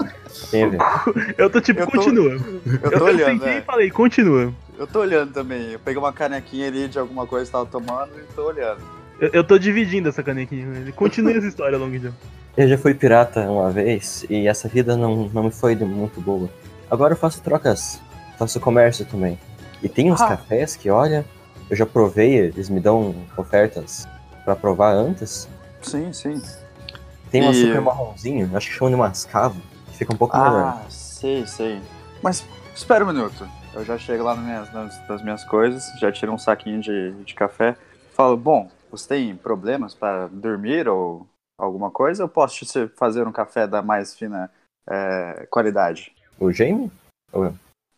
Tem a ver.
Eu tô tipo,
Eu tô-
continua.
Eu
Eu,
tô
eu
olhando,
sentei
né?
e falei, continua.
Eu tô olhando também. Eu peguei uma canequinha ali de alguma coisa que tava tomando e tô olhando.
Eu, eu tô dividindo essa canequinha com ele. Continua essa história, Long John.
Eu já fui pirata uma vez e essa vida não, não me foi de muito boa. Agora eu faço trocas, faço comércio também. E tem uns
Ah.
cafés que, olha, eu já provei, eles me dão ofertas pra provar antes.
Sim, sim.
Tem um
E-
açúcar marronzinho, acho que chama de mascavo, que fica um pouco melhor.
Ah, sei, sei. Mas espera um minuto. Eu já chego lá nas minhas, nas, nas minhas coisas, já tiro um saquinho de, de café. Falo, bom, você tem problemas para dormir ou alguma coisa? Eu posso te ser- fazer um café da mais fina eh, qualidade.
O Jamie?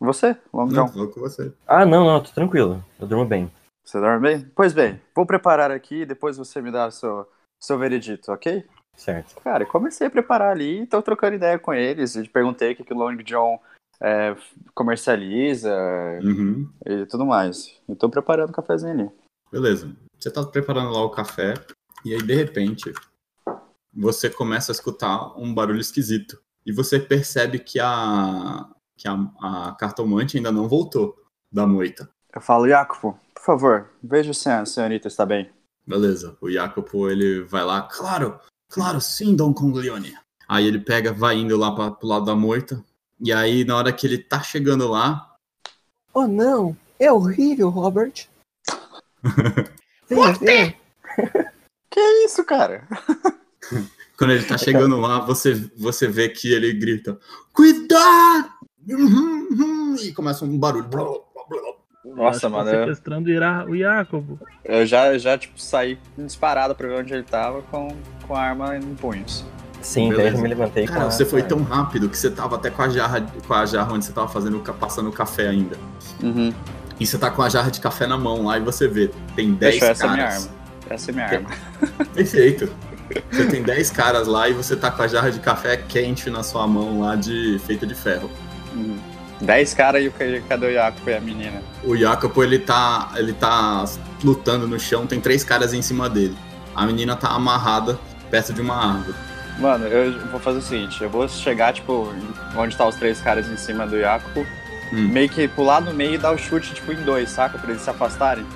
Você,
Não,
Longão,
vou com você.
Ah, não, não, tô tranquilo. Eu durmo bem.
você dorme bem? Pois bem, vou preparar aqui e depois você me dá o seu, seu veredito, ok?
Certo.
Cara, eu comecei a preparar ali, tô trocando ideia com eles. Eu te perguntei o que, que o Long John eh, comercializa
Uhum.
e tudo mais. Eu tô preparando o cafezinho ali.
Beleza. Você tá preparando lá o café e aí de repente você começa a escutar um barulho esquisito e você percebe que a que a, a cartomante ainda não voltou da moita.
Eu falo, Jacopo, por favor, veja se a senhorita está bem.
Beleza. O Jacopo ele vai lá, claro, claro, sim, Don Conglione. Aí ele pega, vai indo lá pra, pro lado da moita e aí na hora que ele tá chegando lá,
Oh, não! É horrível, Robert! Venha, venha.
Que É isso, cara?
quando ele
É
tá chegando lá, você você vê que ele grita, cuidado! Uhum, uhum, E começa um barulho. Blá, blá, blá,
Nossa,
Acho que tá
mano, eu,
Sequestrando irá o Jacobo.
eu já, já tipo, saí disparado pra ver onde ele tava com, com a arma em punhos.
Sim, daí eu
Beleza.
já me levantei com
Cara,
a-
você foi
é.
com a-
tão rápido que você tava até com a jarra, com a jarra onde você tava fazendo, o ca- passando o café ainda.
Uhum.
E você tá com a jarra de café na mão lá e você vê, tem 10
Deixa
caras.
essa é minha arma. Essa é minha arma.
Perfeito. Você tem 10 caras lá e você tá com a jarra de café quente na sua mão lá de feita de ferro.
Uhum. Dez caras e o ca- cadê o Jacopo e a menina?
O Jacopo, ele tá, ele tá lutando no chão, tem três caras em cima dele. A menina tá amarrada perto de uma árvore.
Mano, eu vou fazer o seguinte, eu vou chegar, tipo, onde tá os três caras em cima do Jacopo,
Hum.
meio que pular no meio e dar o chute, tipo, em dois, saca? Pra eles se afastarem.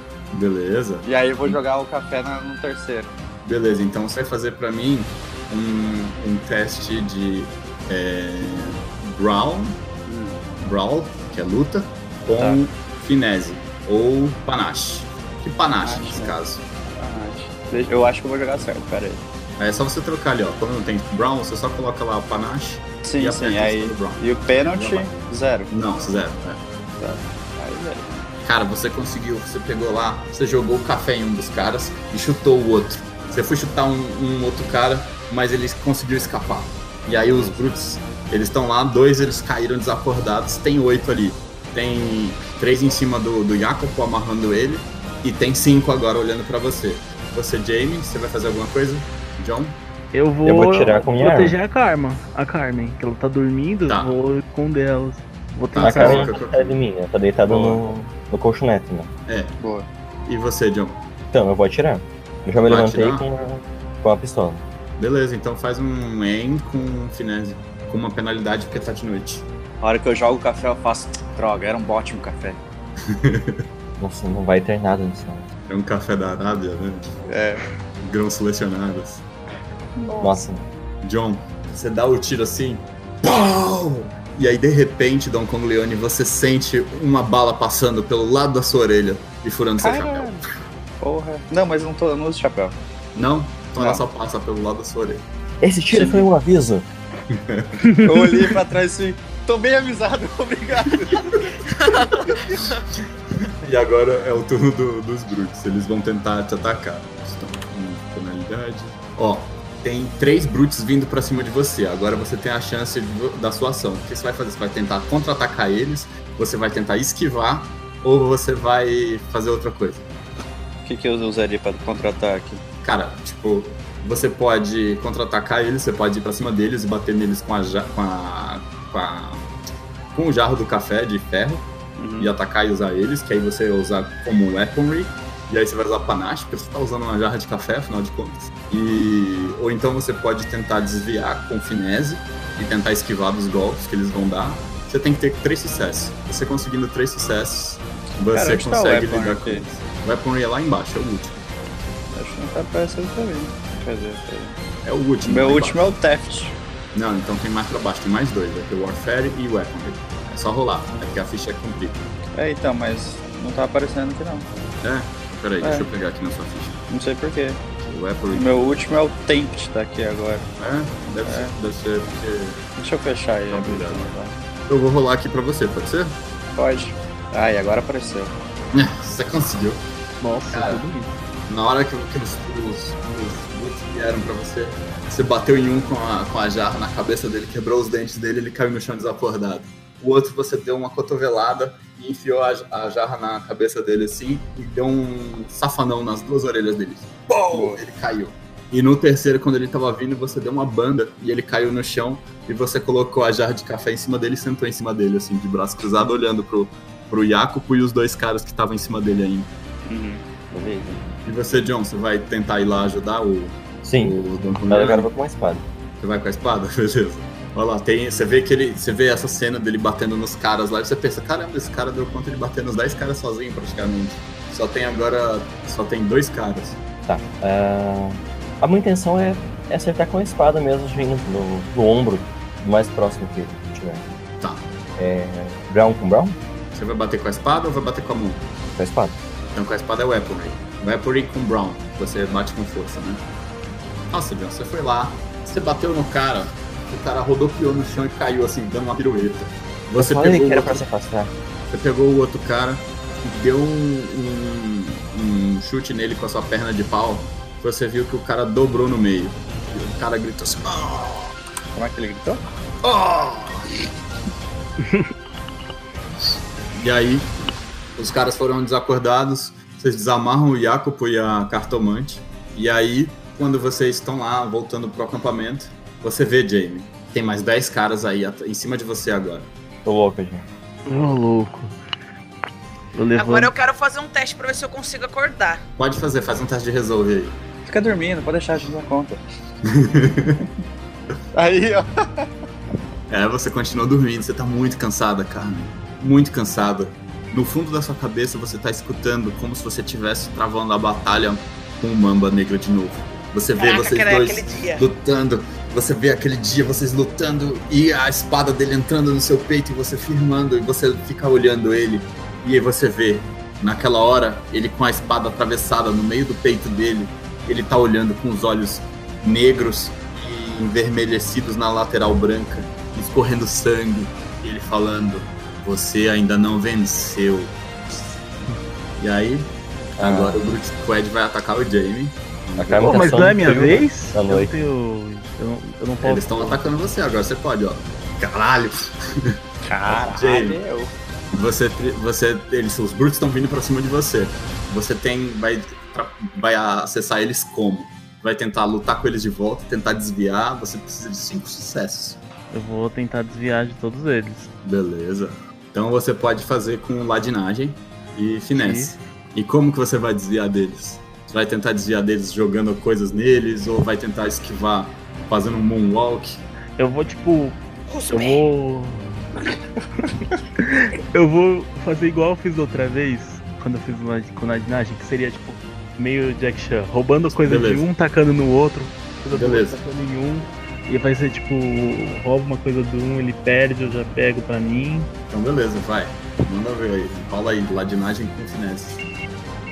Beleza.
E aí eu vou jogar o café na- no terceiro.
Beleza, então você vai fazer pra mim um, um teste de é, Brawl, Brawl, que é luta, com
Tá.
finese, ou panache. Que panache,
Panache,
nesse
né?
caso.
Ah, deixa- Eu acho que eu vou jogar certo, pera aí.
É só você trocar ali, ó. Quando não tem Brown, você só coloca lá o panache e
Sim,
aperta
sim,
em
aí...
cima do Brown.
E o pênalti, zero.
Não, zero. é.
Aí, zero.
Cara, você conseguiu, você pegou lá, você jogou o café em um dos caras e chutou o outro. Você foi chutar um, um outro cara, mas ele conseguiu escapar. E aí os Brutes, eles estão lá, dois eles caíram desacordados, tem oito ali. Tem três em cima do, do Jacopo amarrando ele, e tem cinco agora olhando pra você. Você, Jamie, você vai fazer alguma coisa? John?
Eu vou,
Eu vou tirar com minha
proteger a Karma, a Carmen, que ela tá dormindo,
Tá.
vou esconder ela. Vou
Tá,
A
tentar.
cara.
Karen não tá atrás de mim, né? Tá deitada
Boa.
no, no colchonete, né?
Boa.
E você, John?
Então, eu vou atirar. Eu já me
Vai
levantei
atirar?
com a, com a pistola.
Beleza, então faz um aim com finesse, com uma penalidade porque tá de noite.
A hora que eu jogo o café, eu faço... Droga, era um ótimo café.
Nossa, não vai ter nada nisso. não.
É um café da Arábia, né?
É.
Grãos selecionados.
Nossa,
John, você dá o tiro assim. Pau! E aí, de repente, Don Conglione, você sente uma bala passando pelo lado da sua orelha e furando seu chapéu.
Porra. Não, mas eu não, tô, eu não uso chapéu.
Não? Então ela
Não.
só passa pelo lado da sua orelha.
esse tiro foi um aviso.
Eu olhei pra trás e tô bem avisado, obrigado.
E agora é o turno do- dos Brutes. Eles vão tentar te atacar. Estão com penalidade. Ó, tem três Brutes vindo pra cima de você. Agora você tem a chance de vo- da sua ação. O que você vai fazer? Você vai tentar contra-atacar eles, você vai tentar esquivar, ou você vai fazer outra coisa.
O que, que eu usaria pra contra-ataque?
Cara, tipo, você pode contra-atacar eles, você pode ir pra cima deles e bater neles com a. ja- com a. com a. com o jarro do café de ferro.
Uhum.
e atacar e usar eles, que aí você vai usar como weaponry, e aí você vai usar panache, porque você tá usando uma jarra de café, afinal de contas. E ou então você pode tentar desviar com finese e tentar esquivar dos golpes que eles vão dar. Você tem que ter três sucessos. Você conseguindo três sucessos,
Cara,
você
onde tá o
consegue
weaponry
lidar com
aqui?
eles. Weaponry é lá embaixo, é o último.
Acho que não tá aparecendo pra mim. Quer dizer, peraí.
É o último.
meu
lá
último é o Theft.
embaixo. Não, então tem mais pra baixo, tem mais dois. Vai ter Warfare e Weaponry. É só rolar, é porque a ficha é cumprida.
É, então, mas não tá aparecendo aqui não.
É? Peraí,
É.
deixa eu pegar aqui na sua ficha.
Não sei porquê.
Weaponry.
Meu último é o Tempt, tá aqui agora.
É, deve,
É.
Ser, deve ser porque.
Deixa eu fechar ele.
Tá obrigado. Eu vou rolar aqui pra você, pode ser?
Pode. Ah, e agora apareceu.
É, Você conseguiu.
Nossa,
Cara.
tudo isso.
Na hora que, que os, os, os boots vieram pra você, você bateu em um com a, com a jarra na cabeça dele, quebrou os dentes dele, ele caiu no chão desacordado. O outro você deu uma cotovelada e enfiou a, a jarra na cabeça dele assim e deu um safanão nas duas orelhas dele. Pô! Ele caiu. E no terceiro, quando ele tava vindo, você deu uma banda e ele caiu no chão e você colocou a jarra de café em cima dele e sentou em cima dele, assim, de braço cruzado, olhando pro, pro Jacopo e os dois caras que estavam em cima dele ainda.
Beleza.
E você, John, você vai tentar ir lá ajudar o,
Sim,
o Don
mas agora
Corleone?
eu vou com uma espada.
Você vai com a espada? Beleza. Olha lá, tem, você vê que ele. Você vê essa cena dele batendo nos caras lá e você pensa, caramba, esse cara deu conta de bater nos 10 caras sozinho praticamente. Só tem agora. Só tem dois caras.
Tá. ah, a minha intenção é, é acertar com a espada mesmo, assim, no, no ombro, o mais próximo que tiver.
Tá.
É, brown com brown?
Você vai bater com a espada ou vai bater com a mão?
Com a espada.
Então com a espada é weaponry. Weaponry com Brown. Você bate com força, né? Nossa, John, você foi lá, você bateu no cara, o cara rodopiou no chão e caiu assim, dando uma pirueta. Você
Olha
pegou
que era
o
pra se afastar.
Você pegou o outro cara e deu um, um- um chute nele com a sua perna de pau. Você viu que o cara dobrou no meio. E o cara gritou assim. "Ah,
Como é que ele gritou?
ah!" e aí, os caras foram desacordados. Vocês desamarram o Jacopo e a cartomante. E aí, quando vocês estão lá voltando pro acampamento, você vê, Jamie. Tem mais 10 caras aí at- em cima de você agora.
Tô louco, gente.
Ô, louco. Eu levanto.
Agora eu quero fazer um teste pra ver se eu consigo acordar.
Pode fazer, faz um teste de resolver aí.
Fica dormindo, pode deixar a gente na conta. Aí, ó.
É, você continua dormindo, você tá muito cansada, Carmen. Muito cansada. No fundo da sua cabeça você tá escutando como se você estivesse travando a batalha com o Mamba Negra de novo. Você vê
Caraca,
vocês
cara, é
dois
aquele dia.
lutando. Você vê aquele dia vocês lutando e a espada dele entrando no seu peito e você firmando e você fica olhando ele. E aí você vê, naquela hora, ele com a espada atravessada no meio do peito dele, ele tá olhando com os olhos negros e envermelhecidos na lateral branca, escorrendo sangue, e ele falando: Você ainda não venceu. E aí, agora o Brute Squad vai atacar o Jamie.
A Carmen
Pô,
tá
mas
só
não é
no
minha
frio
vez?
da
Eu,
noite.
tenho- eu não, eu não posso.
Eles estão atacando você agora, você pode, ó. Caralho! Jamie,
Cadê eu?
você, você, eles, os Brutes estão vindo pra cima de você. Você tem, vai, tra- vai acessar eles como? Vai tentar lutar com eles de volta, tentar desviar. Você precisa de cinco sucessos.
Eu vou tentar desviar de todos eles.
Beleza. Então você pode fazer com ladinagem e finesse. E como que você vai desviar deles? Você vai tentar desviar deles jogando coisas neles ou vai tentar esquivar fazendo um moonwalk?
Eu vou, tipo, Eu
Cuspe.
vou. eu vou fazer igual eu fiz outra vez, quando eu fiz uma com nadinagem, que seria tipo meio Jack Chan, roubando coisa
Beleza.
de um, tacando no outro, coisa do
Beleza.
outro, tacando em um. E vai ser tipo, rouba uma coisa do um, ele perde, eu já pego pra mim.
Então beleza, vai. Manda ver aí. Fala aí, ladinagem com finesse.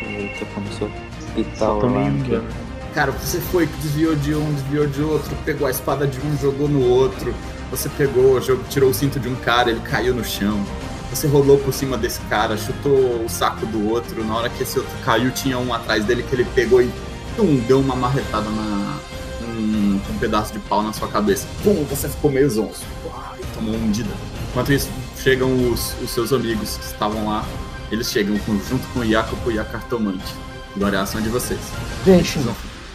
Eita, começou a
Só
Tá
pitar
tomei
lá.
um
aqui.
dano.
Cara, você foi, desviou de um, desviou de outro, pegou a espada de um, jogou no outro. Você pegou, jogou- tirou o cinto de um cara, ele caiu no chão. Você rolou por cima desse cara, chutou o saco do outro. Na hora que esse outro caiu, tinha um atrás dele que ele pegou e tum, deu uma marretada na, um, um pedaço de pau na sua cabeça. Pum, você ficou meio zonzo. Uau, e tomou um de dano. Enquanto isso, chegam os, os seus amigos que estavam lá. Eles chegam com- junto com o Jacopo e a cartomante. Agora é a ação de vocês.
Deixe-me,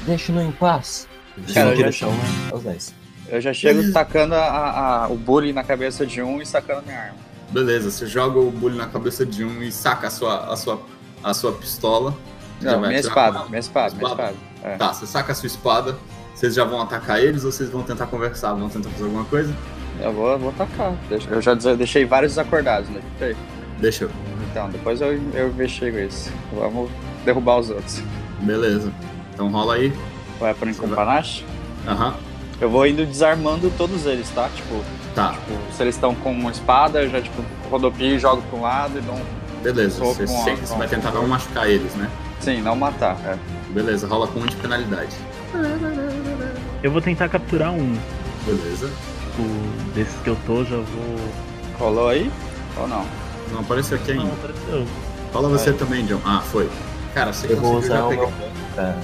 deixe-me em paz.
Cara, eu já-
um?
Então, é os 10.
Eu já chego tacando a- a- a- o bullying na cabeça de um e sacando minha arma.
Beleza, você joga o bullying na cabeça de um e saca a sua, a sua, a sua pistola. Já
Não,
vai
minha
atirar
espada,
com
minha espada, minha
Espada?
espada. É.
ela. Tá, você saca a sua espada. Vocês já vão atacar eles ou vocês vão tentar conversar? Vão tentar fazer alguma coisa?
Eu vou, vou tacar. Deixa- Eu já des- deixei vários desacordados, né? Peraí.
Deixa eu.
Então, depois eu, eu investigo isso. Vamos derrubar os outros.
Beleza. Então rola aí.
Vai
Você
pra
vai-
Incompanache?
Aham.
Eu vou indo desarmando todos eles, tá? Tipo,
Tá,
tipo, se eles estão com uma espada, eu já, tipo, rodopio e jogo pra um lado e dou um...
beleza.
Sou
Você,
com a-
sempre, você
com a-
vai tentar não machucar eles, né?
Sim, não matar. É.
Beleza, rola com um de penalidade.
Eu vou tentar capturar um.
Beleza.
Tipo, desses que eu tô, já vou.
Rolou aí? Ou não?
Não apareceu aqui
Não,
ainda.
Ah, apareceu.
Rola você também, John. Ah, foi. Cara, você
Eu vou
conseguiu
usar
já
o
pegar.
meu gank pra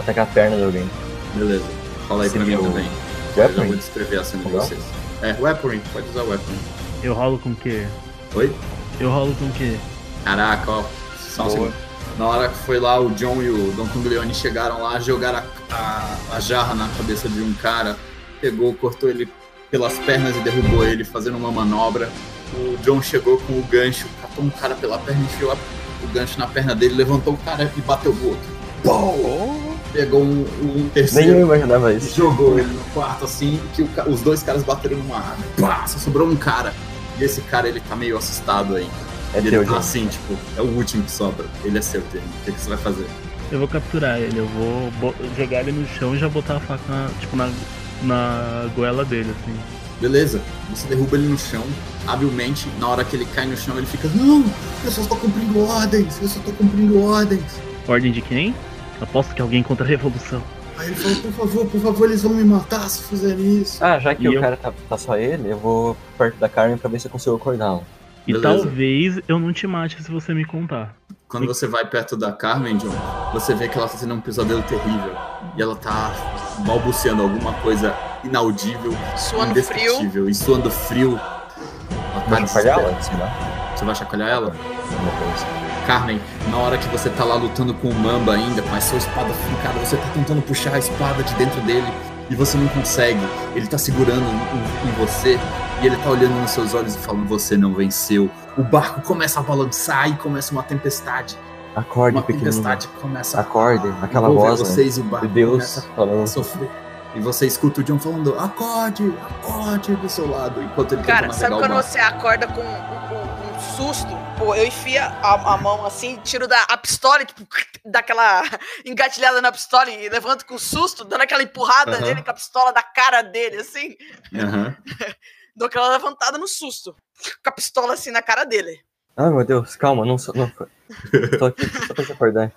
atacar a perna de alguém.
Beleza. Rola aí
Esse
pra mim
meu-
também. Eu já vou
Weapon?
descrever a cena de
Legal.
vocês. É, weaponry, pode usar weaponry.
Eu rolo com o quê?
Oi?
Eu rolo com o quê?
Caraca, ó. Só um
Boa.
segundo. Na hora que foi lá, o John e o Don Tunglione chegaram lá, jogaram a, a- a jarra na cabeça de um cara, pegou, cortou ele pelas pernas e derrubou ele, fazendo uma manobra. O John chegou com o gancho, catou um cara pela perna, enfiou a- o gancho na perna dele, levantou o cara e bateu o outro. Pou! Pegou um, um
Nem
terceiro.
eu imaginava
E
isso.
jogou ele no quarto assim, que o ca- os dois caras bateram numa árvore. Pá, só sobrou um cara. E esse cara, ele tá meio assustado aí.
É
ele
teu,
tá
John.
assim, tipo, é o último que sobra. Ele é seu, dele. O que, que você vai fazer?
Eu vou capturar ele, eu vou bo- jogar ele no chão e já botar a faca, na, tipo, na, na goela dele, assim.
Beleza, você derruba ele no chão, habilmente. Na hora que ele cai no chão, ele fica: Não, eu só tô cumprindo ordens, eu só tô cumprindo ordens.
Ordem de quem? Aposto que alguém contra a revolução.
Aí ele fala: Por favor, por favor, eles vão me matar se fizerem isso.
Ah, já que
E
o
eu-
cara tá, tá só ele, eu vou perto da Carmen pra ver se eu consigo um. acordá-lo.
E
Beleza.
talvez eu não te mate se você me contar.
Quando você vai perto da Carmen, John, você vê que ela tá tendo um pesadelo terrível. E ela tá balbuciando alguma coisa inaudível,
Suando frio.
indescritível e suando frio. Ela tá
Vou
desesperada.
chacoalhá-la, sei lá.
Você vai chacoalhar ela?
alguma coisa.
Carmen, na hora que você tá lá lutando com o Mamba ainda, com a sua espada fincada, você tá tentando puxar a espada de dentro dele e você não consegue. Ele tá segurando em, em- em você e ele tá olhando nos seus olhos e falando: Você não venceu. O barco começa a balançar e começa uma tempestade.
Acorde,
Uma
pequenino.
tempestade começa
Acorde,
a
aquela
envolver
voz, né?
vocês, o barco
De Deus
começa a
falando.
sofrer. E você escuta o John falando, acorde, acorde do seu lado, enquanto ele
Cara,
tenta
sabe
navegar o
quando
barco.
você acorda com um, um- um susto? Pô, eu enfia a, a mão assim, tiro da a pistola, e, tipo, daquela engatilhada na pistola e levanto com susto, dando aquela empurrada
Aham.
nele com a pistola da cara dele, assim.
Aham.
Dou aquela levantada no susto, com a pistola assim na cara dele.
Ah, meu Deus, calma, não sou. Não, tô aqui só pra te acordar.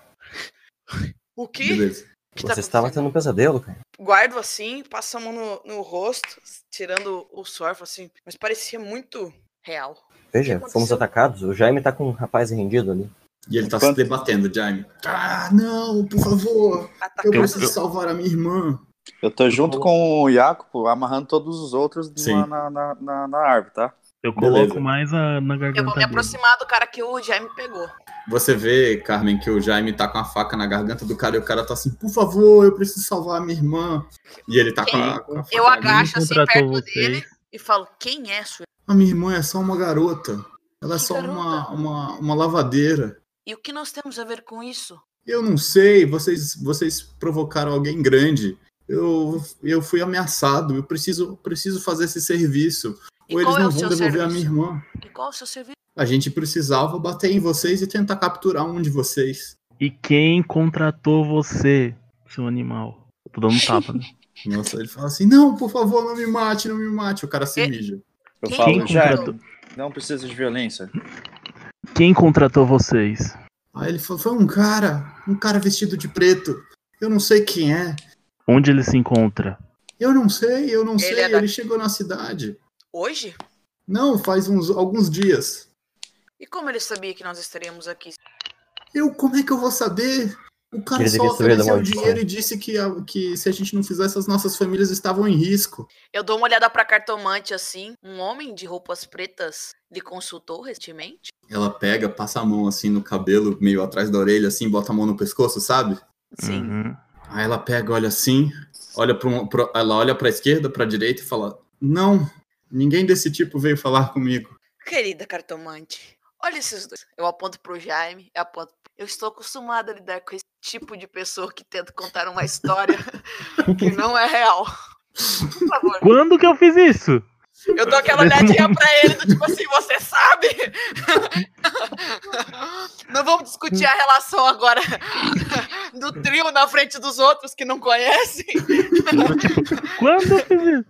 O que?
Beleza.
que tá
Você estava
acontecendo?
tendo um pesadelo, cara.
Guardo assim, passo a mão no, no rosto, tirando o sorfo assim, mas parecia muito real.
Veja,
aconteceu?
fomos atacados. O Jaime tá com um rapaz rendido ali.
E ele tá
Enquanto-
se debatendo, Jaime. Ah, não, por favor, eu
Atacado.
preciso
eu-
salvar a minha irmã.
Eu tô junto com o Jacopo, amarrando todos os outros
Sim.
na, na, na, na- na árvore, tá?
Eu coloco
Beleza.
mais a, na garganta
Eu vou me
dele.
aproximar do cara que o Jaime pegou.
Você vê, Carmen, que o Jaime tá com a faca na garganta do cara e o cara tá assim, por favor, eu preciso salvar a minha irmã. E ele tá com a, com a faca.
Eu
na
Quem
agacho assim
contratou
perto
vocês?
dele e falo: Quem é sua?
garganta. A minha irmã é só uma garota. Ela é
Que
só uma,
garota?
uma, uma lavadeira.
E o que nós temos a ver com isso?
Eu não sei, vocês, vocês provocaram alguém grande. Eu, eu fui ameaçado, eu preciso, preciso fazer esse serviço.
E
ou eles
qual é
não
o
vão
seu
devolver a
serviço?
minha irmã.
E qual é o seu serviço?
A gente precisava bater em vocês e tentar capturar um de vocês.
E quem contratou você, seu animal? Eu tô dando um tapa, né?
Nossa, ele fala assim: não, por favor, não me mate, não me mate. O cara se
E-
mija.
Eu
Quem
falo,
Quem
já
contratou,
não precisa de violência.
quem contratou vocês?
Aí ele falou: foi um cara, um cara vestido de preto. Eu não sei quem é.
Onde ele se encontra?
Eu não sei, eu não sei.
é da-
Ele chegou na cidade.
Hoje?
Não, faz uns alguns dias.
E como ele sabia que nós estaríamos aqui?
Eu, como é que eu vou saber? O cara
Ele
só
devia saber da
ofereceu
maldição.
dinheiro e disse que, a- que se a gente não fizesse, as nossas famílias estavam em risco.
Eu dou uma olhada pra cartomante assim. Um homem de roupas pretas lhe consultou recentemente?
Ela pega, passa a mão assim no cabelo, meio atrás da orelha, assim, bota a mão no pescoço, sabe?
Sim.
Uhum.
Aí ela pega, olha assim, olha pra um- pra- ela olha para esquerda, pra direita e fala: "Não, ninguém desse tipo veio falar comigo".
Querida cartomante, olha esses dois. Eu aponto pro Jaime, eu aponto. Eu estou acostumada a lidar com esse tipo de pessoa que tenta contar uma história que não é real. Por favor.
Quando que eu fiz isso?
Eu dou aquela olhadinha pra ele, do tipo assim, você sabe? Não vamos discutir a relação agora do trio na frente dos outros que não conhecem.
Quando eu fiz isso?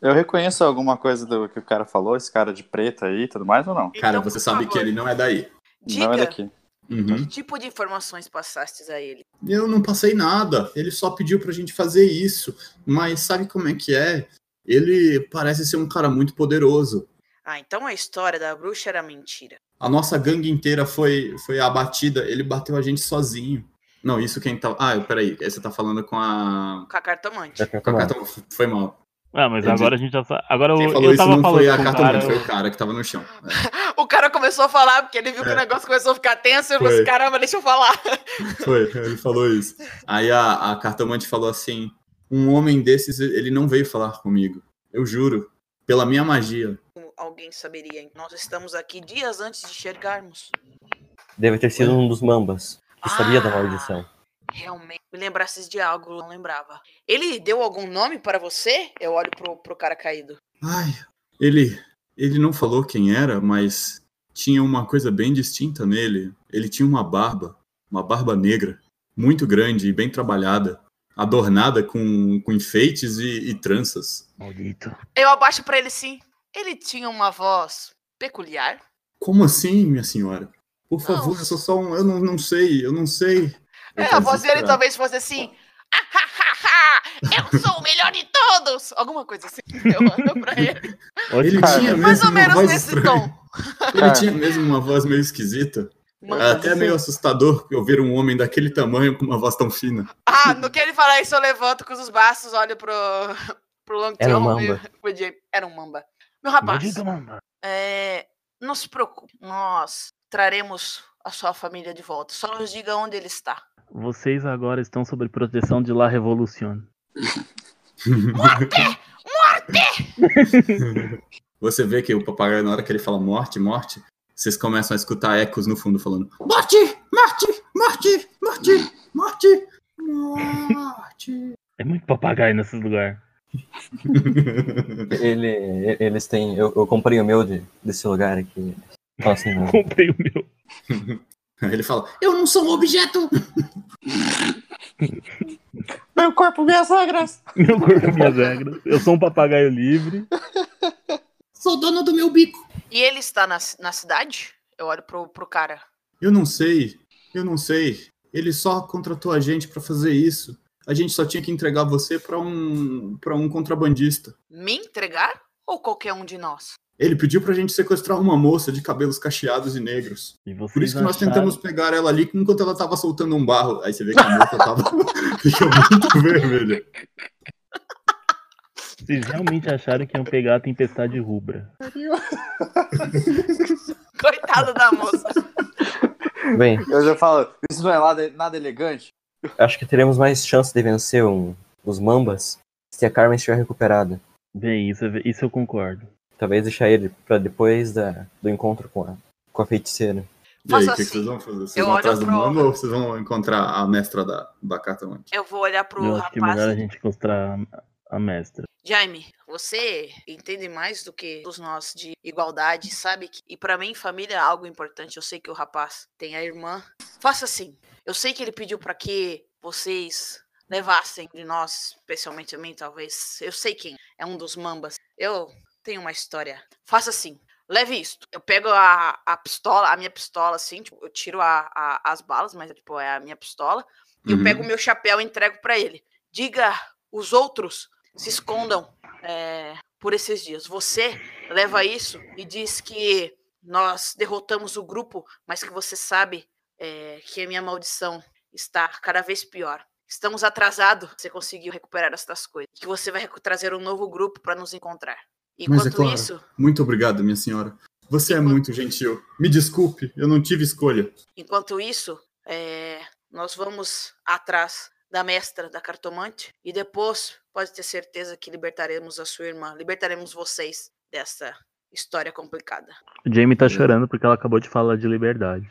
Eu reconheço alguma coisa do que o cara falou, esse cara de preto aí e tudo mais ou não?
Cara,
Então,
você
por
sabe
favor,
que ele não é daí.
Não é
Diga
daqui.
Uhum.
que tipo de informações passastes a ele.
Eu não passei nada. Ele só pediu pra gente fazer isso. Mas sabe como é que é? Ele parece ser um cara muito poderoso.
Ah, então a história da bruxa era mentira.
A nossa gangue inteira foi, foi abatida. Ele bateu a gente sozinho. Não, isso quem tá. Ah, peraí. Você tá falando com a.
Com a cartomante.
Já quer
Com a
tomar.
carta... Foi mal.
Ah, mas
Entendi.
agora a gente já sabe. Agora eu,
Quem falou
eu
isso
tava
não
falando
foi a
com o
carta,
cara.
foi o cara que tava no chão. É,
O cara começou a falar, porque ele viu
É.
que o negócio começou a ficar tenso e falou assim,
Foi.
caramba, deixa eu falar.
foi, ele falou isso. Aí a, a cartomante falou assim: um homem desses, ele não veio falar comigo. Eu juro. Pela minha magia.
Como Alguém saberia. Nós estamos aqui dias antes de chegarmos.
Deve ter sido um dos mambas. Que sabia da
Ah.
maldição.
Realmente, me lembrasses de algo, não lembrava. Ele deu algum nome para você? Eu olho pro, pro cara caído.
Ai, ele, ele não falou quem era, mas tinha uma coisa bem distinta nele. Ele tinha uma barba, uma barba negra, muito grande e bem trabalhada, adornada com, com enfeites e, e tranças.
Maldito.
Eu abaixo para ele sim. Ele tinha uma voz peculiar.
Como assim, minha senhora? Por favor,
Não.
eu sou só um. Eu não, não sei, eu não sei.
É,
Eu
a
tô
voz dele
desesperado.
talvez fosse assim. "Ah, ha, ha, ha, Eu sou o melhor de todos! Alguma coisa assim. Eu olho pra ele.
Olha
Ele
Cara,
tinha mesmo
Mais ou
uma
menos
voz
nesse
estranha.
tom.
né?
É.
Ele
Cara.
tinha mesmo uma voz meio esquisita. É
Mano.
até meio assustador eu ver um homem daquele tamanho com uma voz tão fina.
Ah, no que ele fala isso, eu levanto com os braços, olho pro, pro Long
Era um
John e
mamba.
pro Jay. Era um mamba. Meu rapaz.
Maldito, mano.
É, não se preocupe, nós traremos a sua família de volta. Só nos diga onde ele está.
Vocês agora estão sob proteção de La Revolucion.
Você vê que o papagaio, na hora que ele fala morte, morte, Vocês começam a escutar ecos no fundo falando: Morte! Morte! Morte! Morte! Morte! Morte!
É muito papagaio nesses lugares.
Ele, eles têm. Eu, eu comprei o meu de, desse lugar aqui. assim, né? Nossa, não.
Comprei o meu.
Aí ele fala: Eu não sou um objeto!
Meu corpo, minhas regras!
Meu corpo, minhas regras. Eu sou um papagaio livre.
Sou dono do meu bico!
E ele está na, na cidade? Eu olho pro, pro cara.
Eu não sei. Eu não sei. Ele só contratou a gente pra fazer isso. A gente só tinha que entregar você pra um para um contrabandista.
Me entregar? Ou qualquer um de nós?
Ele pediu pra gente sequestrar uma moça de cabelos cacheados e negros.
E vocês
Por isso que nós
acharam-
tentamos pegar ela ali enquanto ela tava soltando um barro. Aí você vê que a moça tava. Fica muito vermelha.
Vocês realmente acharam que iam pegar a tempestade rubra.
Coitado da moça.
Bem,
Eu já falo, isso não é nada, nada elegante.
acho que teremos mais chance de vencer um- os mambas se a Carmen estiver recuperada.
Bem, isso, é- isso eu concordo.
Talvez deixar ele pra depois da, do encontro com a, com a feiticeira.
E aí,
Faço
o que, que
assim,
vocês vão fazer? Vocês
eu
vão
olho
atrás do
pro-
mamba ou vocês vão encontrar a mestra da, da Catamante?
Eu vou olhar pro
eu acho que é melhor a
rapaz.
gente encontrar a- a mestra.
Jaime, você entende mais do que todos nós de igualdade, sabe? que- E pra mim, família é algo importante. Eu sei que o rapaz tem a irmã. Faça assim. Eu sei que ele pediu pra que vocês levassem de nós, especialmente a mim, talvez. Eu sei quem é um dos mambas. Eu tenho uma história. Faça assim. Leve isto. Eu pego a, a pistola, a minha pistola, assim, tipo, eu tiro a- a- as balas, mas tipo, é a minha pistola. E eu
Uhum.
pego o meu chapéu e entrego pra ele. Diga os outros se escondam é, por esses dias. Você leva isso e diz que nós derrotamos o grupo, mas que você sabe é, que a minha maldição está cada vez pior. Estamos atrasados. Você conseguiu recuperar essas coisas. Que você vai recu- trazer um novo grupo para nos encontrar. E
Mas é
quanto
claro.
isso,
Muito obrigado, minha senhora. Você é muito gentil. Me desculpe, eu não tive escolha.
Enquanto isso, eh, nós vamos atrás da mestra, da cartomante, e depois pode ter certeza que libertaremos a sua irmã, libertaremos vocês dessa história complicada.
O Jamie tá chorando porque ela acabou de falar de liberdade.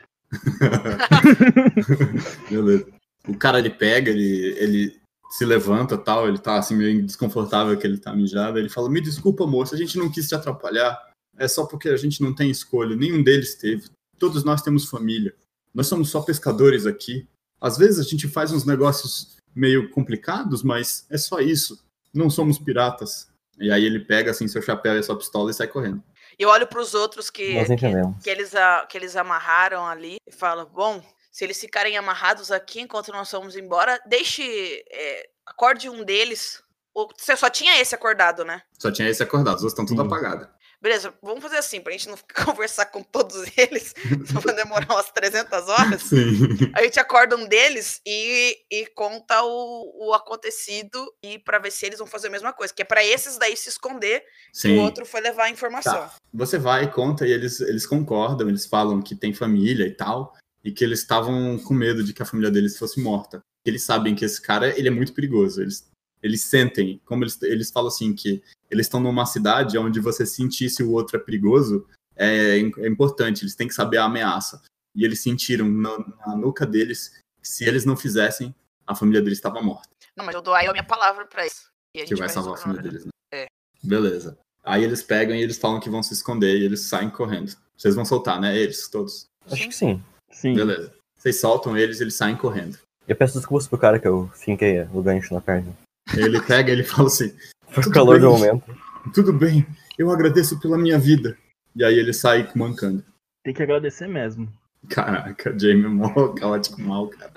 Beleza. O cara ele pega, ele, ele se levanta tal, ele tá assim meio desconfortável que ele tá mijado. Ele fala: Me desculpa, moça, a gente não quis te atrapalhar. É só porque a gente não tem escolha, nenhum deles teve. Todos nós temos família. Nós somos só pescadores aqui. Às vezes a gente faz uns negócios meio complicados, mas é só isso. Não somos piratas. E aí ele pega assim seu chapéu e a sua pistola e sai correndo.
E eu olho para os outros que,
Nós
que,
entendemos.
que eles, a- que eles amarraram ali e falo: bom, se eles ficarem amarrados aqui enquanto nós vamos embora, deixe. eh, acorde um deles. Ou- Você só tinha esse acordado, né?
Só tinha esse acordado, os outros estão tudo
Sim.
apagados.
Beleza, vamos fazer assim, pra gente não ficar- conversar com todos eles, só vai demorar umas 300 horas.
Sim.
A gente acorda um deles e, e conta o, o acontecido e pra ver se eles vão fazer a mesma coisa, que é pra esses daí se esconder que
Sim.
o outro foi levar a informação.
Tá.
você vai, conta, e eles, eles concordam, eles falam que tem família e tal, e que eles estavam com medo de que a família deles fosse morta. Eles sabem que esse cara, ele é muito perigoso, eles, eles sentem, como eles, eles falam assim, que eles estão numa cidade onde você sentir se o outro é perigoso, é, im- é importante, eles têm que saber a ameaça. E eles sentiram na, na nuca deles que se eles não fizessem, a família deles estava morta,
Não, mas eu dou aí a minha palavra pra isso. E a
que vai salvar a
resolver
família
o problema.
deles, né?
É.
Beleza. Aí eles pegam e eles falam que vão se esconder e eles saem correndo. Vocês vão soltar, né? Eles, todos.
Acho que sim.
Sim.
Beleza. Vocês soltam eles, eles saem correndo.
Eu peço desculpas pro cara que eu finquei o gancho na perna.
Ele pega, ele fala assim:
Foi o
Tudo
calor
bem.
do momento.
"Tudo bem, eu agradeço pela minha vida". E aí ele sai mancando.
Tem que agradecer mesmo.
Caraca, Jamie é mó caótico mal, cara.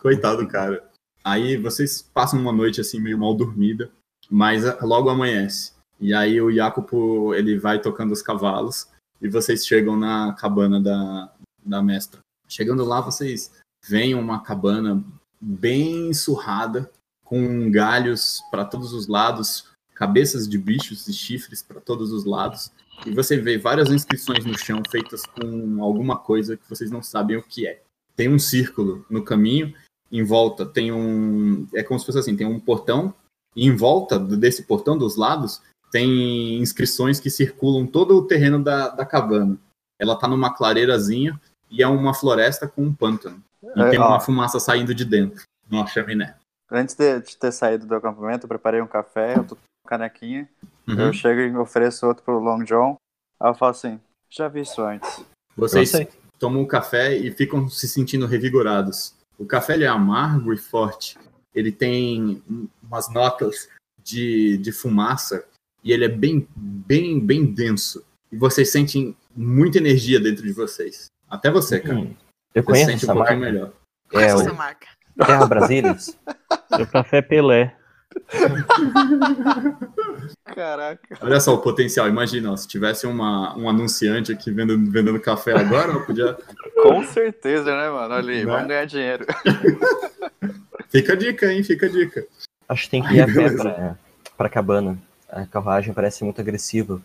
Coitado do cara. Aí vocês passam uma noite assim meio mal dormida, mas ah, logo amanhece. E aí o Jacopo, ele vai tocando os cavalos e vocês chegam na cabana da, da mestra. Chegando lá, vocês veem uma cabana bem surrada, com galhos para todos os lados, cabeças de bichos e chifres para todos os lados. E você vê várias inscrições no chão feitas com alguma coisa que vocês não sabem o que é. Tem um círculo no caminho, em volta tem um. É como se fosse assim: tem um portão, e em volta do- desse portão, dos lados, tem inscrições que circulam todo o terreno da, da cabana. Ela tá numa clareirazinha e é uma floresta com um pântano. E
É,
tem
ó.
uma fumaça saindo de dentro. Uma chaminé.
Antes de, de ter saído do acampamento, eu preparei um café, eu tô com uma canequinha.
Uhum.
Eu chego e ofereço outro pro Long John. Aí eu falo assim, já vi isso antes.
Vocês
Eu sei.
tomam um café e ficam se sentindo revigorados. O café ele é amargo e forte. Ele tem um- umas notas de, de fumaça e ele é bem, bem, bem denso. E vocês sentem muita energia dentro de vocês. Até você, cara.
Hum, eu
Você
conheço
sente um
essa
pouquinho
marca.
melhor.
É
essa
o
marca.
Terra Brasílias.
Meu café Pelé.
Caraca.
Olha só o potencial. Imagina, ó, se tivesse uma, um anunciante aqui vendendo, vendendo café agora, eu podia
Com certeza, né, mano? Olha aí,
Né?
vamos ganhar dinheiro.
Fica a dica, hein? Fica a dica.
Acho que tem que ir a pé
Beleza.
pra, pra cabana. A carruagem parece muito agressiva.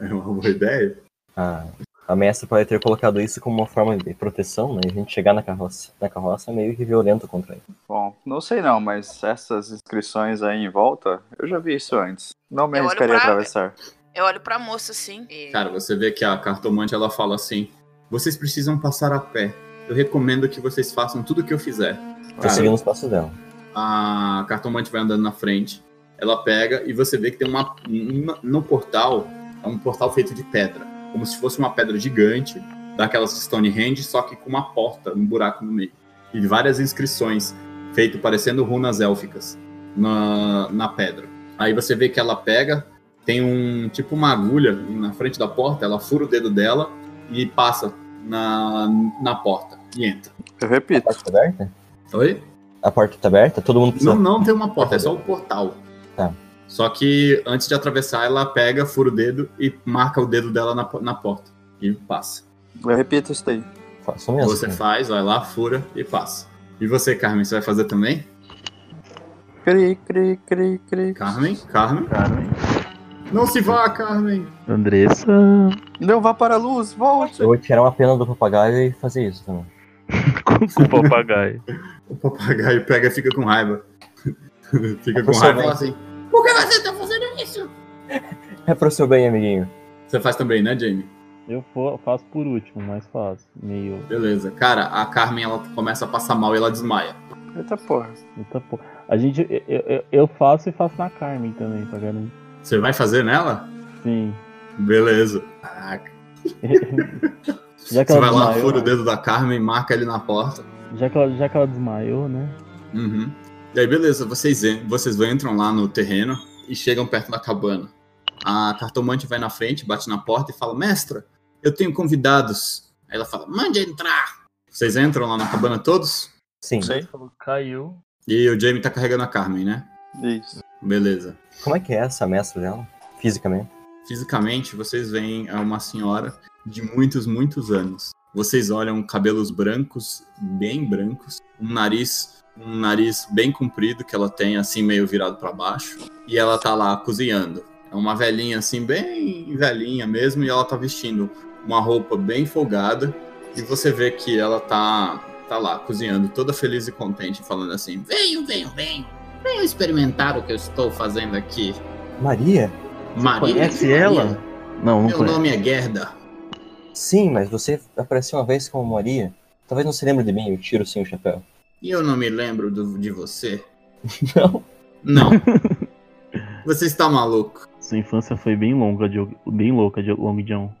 É uma boa ideia.
A, a mestra pode ter colocado isso como uma forma de proteção, né? E a gente chegar na carroça, na carroça é meio que violento contra ele.
Bom, não sei não, mas essas inscrições aí em volta, eu já vi isso antes. Não me
Eu olho
arriscaria a
pra-
atravessar.
Eu olho pra moça assim. e-
Cara, você vê que a cartomante ela fala assim: vocês precisam passar a pé. Eu recomendo que vocês façam tudo o que eu fizer.
Tô
Cara,
seguindo os passos dela.
a cartomante vai andando na frente, ela pega e você vê que tem uma. uma- No portal, é um portal feito de pedra. Como se fosse uma pedra gigante, daquelas de Stonehenge, só que com uma porta, um buraco no meio. E várias inscrições, feito parecendo runas élficas, na, na pedra. Aí você vê que ela pega, tem um tipo uma agulha na frente da porta, ela fura o dedo dela e passa na, na porta e entra.
Eu
A
repito,
porta tá aberta?
Oi?
A porta tá aberta? Todo mundo precisa.
Não, não tem uma porta, é só o portal.
Tá.
Só que antes de atravessar, ela pega, fura o dedo e marca o dedo dela na, po- na porta. E passa.
eu repito isso daí.
Faço mesmo.
você
né?
faz, vai lá, fura e passa. E você, Carmen, você vai fazer também?
Cri, cri, cri, cri.
Carmen? Carmen? Não se vá, Carmen!
Andressa.
Não vá para a luz, volte!
Eu vou tirar uma pena do papagaio e fazer isso também.
Com, com o papagaio.
O papagaio pega e fica com raiva. fica com
Você
raiva e
vem.
fala assim: Por que você tá fazendo isso?
É pro seu bem, amiguinho.
Você faz também, né, Jamie?
Eu fo- faço por último, mas faço. Meio.
Beleza. Cara, a Carmen ela começa a passar mal e ela desmaia.
Eita porra.
Eita, pô. A gente. Eu, eu, eu faço e faço na Carmen também, pra garantir.
Você vai fazer nela?
Sim.
Beleza. Caraca.
Já que
Você
ela
vai lá,
desmaiou. né?
fura o dedo da Carmen, marca ele na porta.
Já que ela, já que ela desmaiou, né?
Uhum. E aí, beleza, vocês, en- vocês entram lá no terreno e chegam perto da cabana. A cartomante vai na frente, bate na porta e fala: Mestra, eu tenho convidados. Aí ela fala: Mande entrar. Vocês entram lá na cabana todos?
Sim.
Caiu.
E o Jamie tá carregando a Carmen, né?
Isso.
Beleza.
Como é que é essa mestra dela? Fisicamente?
Fisicamente, vocês veem é, uma senhora de muitos, muitos anos. Vocês olham cabelos brancos, bem brancos, um nariz, um nariz bem comprido que ela tem assim meio virado para baixo, e ela tá lá cozinhando. É uma velhinha assim bem velhinha mesmo, e ela tá vestindo uma roupa bem folgada, e você vê que ela tá tá lá cozinhando, toda feliz e contente, falando assim: "Venham, venham, venham. Venham experimentar o que eu estou fazendo aqui."
Maria?
Maria,
Conhece
Maria,
ela? Não, não
meu
conhece.
nome é Gerda.
Sim, mas você apareceu uma vez como Maria. Talvez não se lembre de mim, eu tiro sim o chapéu.
E eu não me lembro do- de você.
Não.
Não. você está maluco.
Sua infância foi bem longa, Diogo- bem louca, Diogo- Long John.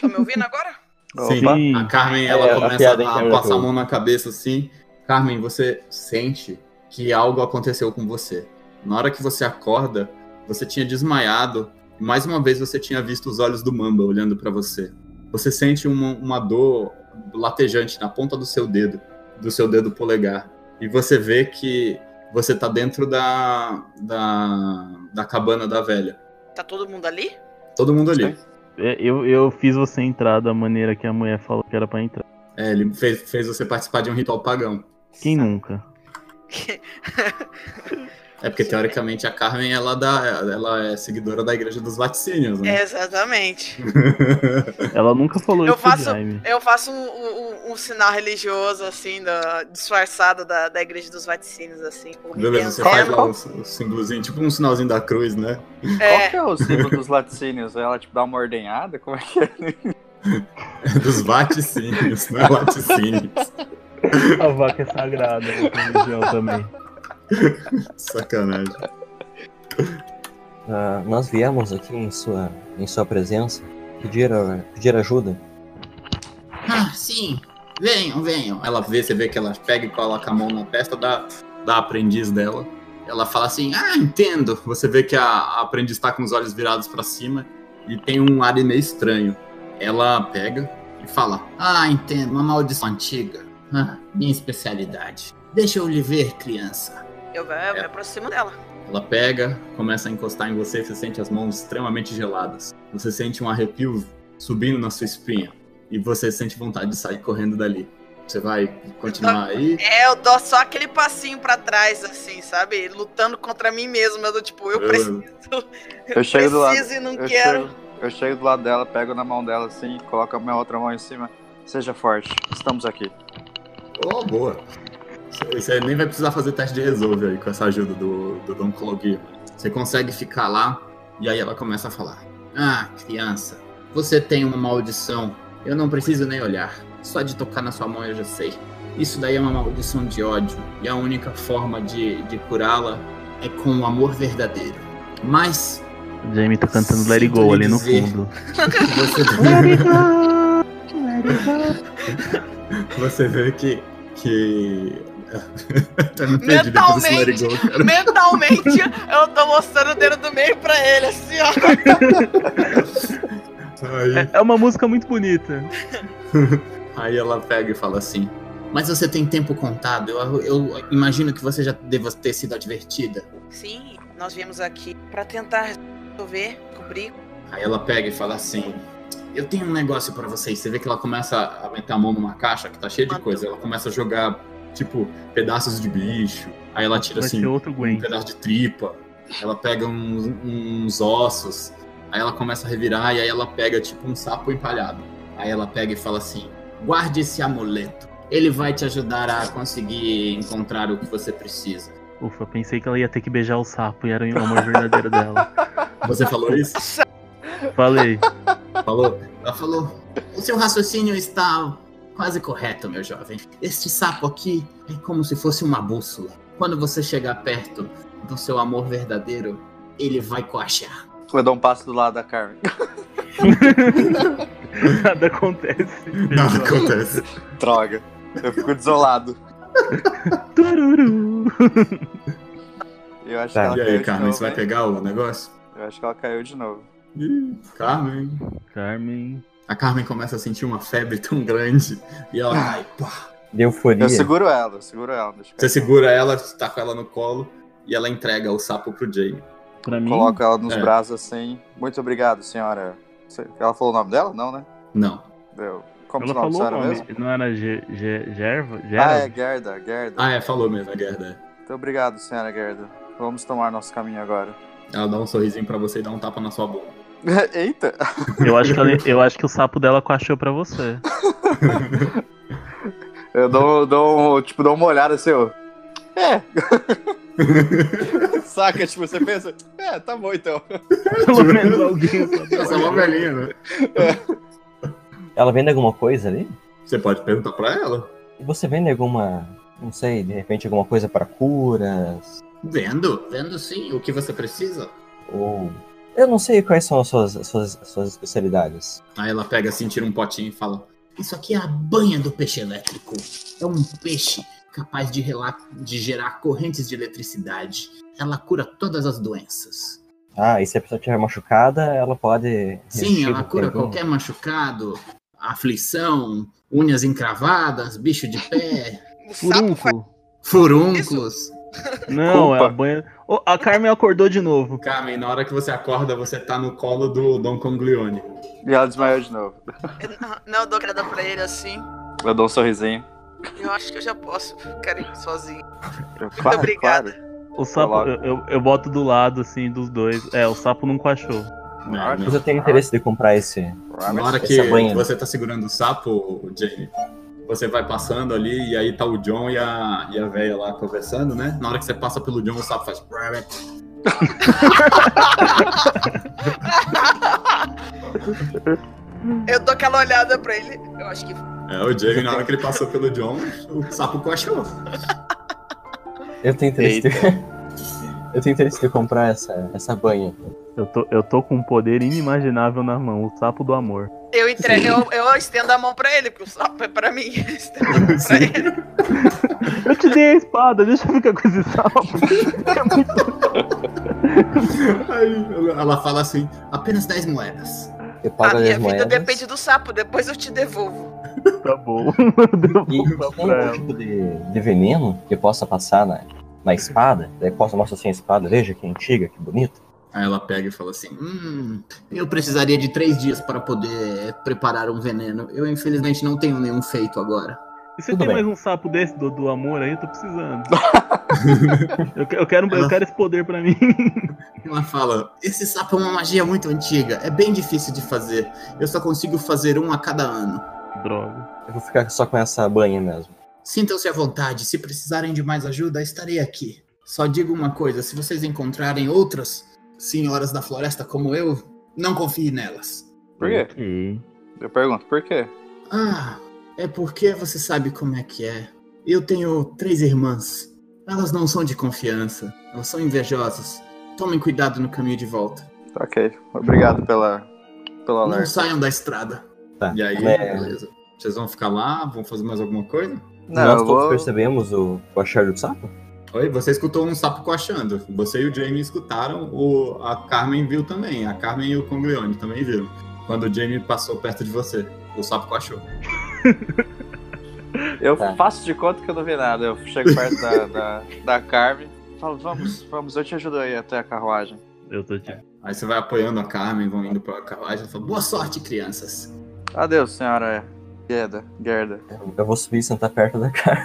Tá me ouvindo agora?
Opa.
Sim.
A Carmen,
É,
ela
a
começa
piada em
a,
câmera
passar a
toda.
mão na cabeça assim. Carmen, você sente que algo aconteceu com você. Na hora que você acorda, você tinha desmaiado. E mais uma vez você tinha visto os olhos do Mamba olhando pra você. Você sente uma, uma dor latejante na ponta do seu dedo, do seu dedo polegar. E você vê que você tá dentro da, da, da cabana da velha.
Tá todo mundo ali?
Todo mundo ali.
É, Eu, eu fiz você entrar da maneira que a mulher falou que era pra entrar.
É, ele fez, fez você participar de um ritual pagão.
Quem nunca?
É porque teoricamente a Carmen ela, dá, ela é seguidora da igreja dos laticínios,
É,
né?
Exatamente.
Ela nunca falou
Eu
isso pro
faço-
Jaime.
Eu faço um, um- um- um sinal religioso, assim, da, disfarçado da, da igreja dos vaticínios, assim. com
Beleza, você
intenção.
faz lá o, o símbolozinho, tipo um sinalzinho da cruz, né?
Qual
É,
que é o símbolo dos laticínios? Ela, tipo, dá uma ordenhada? Como é que é?
Dos vaticínios, não é laticínios.
A vaca é sagrada na religião também.
Sacanagem.
Ah, nós viemos aqui em sua, em sua presença pedir, a- pedir ajuda.
Ah, sim. Venham, venham. Ela vê, você vê que ela pega e coloca a mão na testa da, da aprendiz dela. Ela fala assim: Ah, entendo. Você vê que a, a aprendiz está com os olhos virados para cima e tem um ar meio estranho. Ela pega e fala: Ah, entendo. Uma maldição antiga. Ah, minha especialidade. Deixa eu lhe ver, criança.
Eu, eu
É.
me aproximo dela.
Ela pega, começa a encostar em você e você sente as mãos extremamente geladas. Você sente um arrepio subindo na sua espinha. E você sente vontade de sair correndo dali. Você vai continuar aí?
É, eu dou só aquele passinho pra trás, assim, sabe? Lutando contra mim mesma. Eu dou, tipo, eu
Eu-
preciso.
Eu chego do lado.
preciso e não
Eu
quero.
chego, eu chego do lado dela, pego na mão dela assim, coloco a minha outra mão em cima. Seja forte, estamos aqui.
Oh, boa! Você nem vai precisar fazer teste de resolve aí com essa ajuda do, do Dom Clogueiro. Você consegue ficar lá e aí ela começa a falar. Ah, criança, você tem uma maldição. Eu não preciso nem olhar. Só de tocar na sua mão eu já sei. Isso daí é uma maldição de ódio. E a única forma de, de curá-la é com o amor verdadeiro. Mas
O Jamie tá cantando Let It
Sinto
Go
lhe
ali no
dizer.
fundo.
você. Você vê que. que... eu me perdi depois desse let it go, cara.
Mentalmente, eu tô mostrando o dedo do meio pra ele, assim, ó.
Aí,
É uma música muito bonita.
aí ela pega e fala assim: Mas você tem tempo contado, eu, eu imagino que você já deva ter sido advertida.
Sim, nós viemos aqui pra tentar resolver, cobrir.
Aí ela pega e fala assim: Eu tenho um negócio pra vocês. Você vê que ela começa a meter a mão numa caixa que tá cheia de coisa. Ela começa a jogar, tipo, pedaços de bicho. Aí ela tira
Vai
assim:
ser outro
um
Gwen.
pedaço de tripa, ela pega uns, uns ossos, aí ela começa a revirar e aí ela pega tipo um sapo empalhado. Aí ela pega e fala assim: guarde esse amuleto. Ele vai te ajudar a conseguir encontrar o que você precisa.
Ufa, pensei que ela ia ter que beijar o sapo e era o amor verdadeiro dela.
Você falou isso?
Falei.
Falou? Ela falou: O seu raciocínio está quase correto, meu jovem. Este sapo aqui é como se fosse uma bússola. Quando você chegar perto do seu amor verdadeiro, ele vai coachear.
Eu dou um passo do lado da Carmen.
Nada acontece.
Nada acontece.
Droga, eu fico desolado.
Tururu.
Eu acho
Tá.
que ela
E
caiu
aí,
de
Carmen,
novo,
você vai
hein?
pegar o negócio?
Eu acho que ela caiu de novo.
né? Ih, Carmen.
Carmen.
A Carmen começa a sentir uma febre tão grande e ela. Ai, pá.
De
É,
euforia.
Eu seguro ela, eu seguro ela. Deixa eu
Você segura ela, tá com ela no colo e ela entrega o sapo pro Jamie.
Pra mim.
Coloco ela nos
É.
braços assim. Muito obrigado, senhora. Você- Ela falou o nome dela? Não, né?
Não.
Eu... Como
Ela
que é o nome,
falou o
senhora
nome.
mesmo?
Não era Ge- Ge- Gerva?
Ah,
Gerva?
é Gerda, Gerda.
Ah, é, falou mesmo, é Gerda.
Muito obrigado, senhora Gerda. Vamos tomar nosso caminho agora.
Ela dá um sorrisinho pra você e dá um tapa na sua boca.
Eita!
Eu, acho que ela- eu acho que o sapo dela coachou pra você.
Eu dou, eu dou um- tipo, dou uma olhada assim, ó. É. Saca, tipo, você pensa, é, tá bom então.
Pelo menos alguém sabe.
Essa é uma velhinha, né?
Ela vende alguma coisa ali?
Você pode perguntar pra ela.
Você vende alguma, não sei, de repente alguma coisa para curas?
Vendo, vendo sim, o que você precisa.
Ou. Eu não sei quais são as suas, as suas, as suas especialidades.
Aí ela pega assim, tira um potinho e fala: Isso aqui é a banha do peixe elétrico. É um peixe capaz de, rela- de gerar correntes de eletricidade. Ela cura todas as doenças.
Ah, e se a pessoa estiver machucada, ela pode.
Sim,
resistir
ela
do
cura
tempo.
qualquer machucado, aflição, unhas encravadas, bicho de pé,
O
um
sapo faz
Furunco.
furúnculos.
Não, é a
Opa.
banha. Ô, a Carmen acordou de novo.
Carmen, na hora que você acorda, você tá no colo do Dom Conglione.
E ela desmaiou de novo.
Não, eu dou grada pra ele assim.
Eu dou um sorrisinho.
Eu acho que eu já posso ficar aí sozinho.
Eu, claro,
obrigada.
claro.
O sapo,
Coloca.
eu, eu, eu boto do lado, assim, dos dois. É, o sapo não coachou.
Não,
Mas eu tenho interesse de comprar esse.
Ah,
Na hora
Essa
que
banha.
você tá segurando o sapo, Jamie, você vai passando ali e aí tá o John e a, e a véia lá conversando, né? Na hora que você passa pelo John, o sapo faz. É,
Eu dou aquela olhada pra ele. Eu acho que.
É, o Jamie, na hora que ele passou pelo John, o sapo cochilou.
Eu tenho interesse de... Eu tenho interesse de comprar essa, essa banha.
Eu tô, eu tô com um poder inimaginável na mão, o sapo do amor.
Eu, entrego, eu, eu estendo a mão pra ele, porque o sapo é pra mim. Eu estendo a mão pra ele.
Eu te dei a espada, deixa eu ficar com esse sapo.
Aí ela fala assim, apenas 10 moedas.
Eu
A
pago as
minha vida
moedas.
depende do sapo, depois eu te devolvo.
Tá bom. Eu
E
vou
tem
pra
algum
ela.
tipo de, de veneno que eu possa passar na, na espada? Daí posso mostrar assim a espada, veja que antiga, que bonita.
Aí ela pega e fala assim: Hum, eu precisaria de três dias para poder preparar um veneno. Eu, infelizmente, não tenho nenhum feito agora.
E você
Tudo
tem
bem.
mais um sapo desse do, do amor aí? Eu tô precisando. eu, que- eu quero, eu quero esse poder pra mim.
Ela fala: Esse sapo é uma magia muito antiga, é bem difícil de fazer. Eu só consigo fazer um a cada ano.
Droga.
Eu vou ficar só com essa banha mesmo.
Sintam-se à vontade, se precisarem de mais ajuda, estarei aqui. Só digo uma coisa: se vocês encontrarem outras senhoras da floresta como eu, não confie nelas.
Por quê?
Ok.
Eu pergunto, por quê?
Ah, é porque você sabe como é que é. Eu tenho três irmãs. Elas não são de confiança. Elas são invejosas. Tomem cuidado no caminho de volta.
Tá Ok, obrigado pela, pelo
Não
alerta.
saiam da estrada.
Tá.
E aí,
É.
beleza. Vocês vão ficar lá? Vão fazer mais alguma coisa?
Não,
Nós
eu
todos
vou...
percebemos o, o achar do sapo?
Oi, você escutou um sapo coachando. Você e o Jamie escutaram. O, a Carmen viu também. A Carmen e o Conglione também viram. Quando o Jamie passou perto de você, o sapo coachou.
Eu
Tá.
faço de conta que eu não vi nada. Eu chego perto da, da, da Carmen. Falo, vamos, vamos, eu te ajudo aí até a carruagem.
Eu tô tipo.
Aí você vai apoiando a Carmen, vão indo pra carruagem e fala: Boa sorte, crianças.
Adeus, senhora Gerda. Gerda.
Eu, eu vou subir e sentar perto da cara.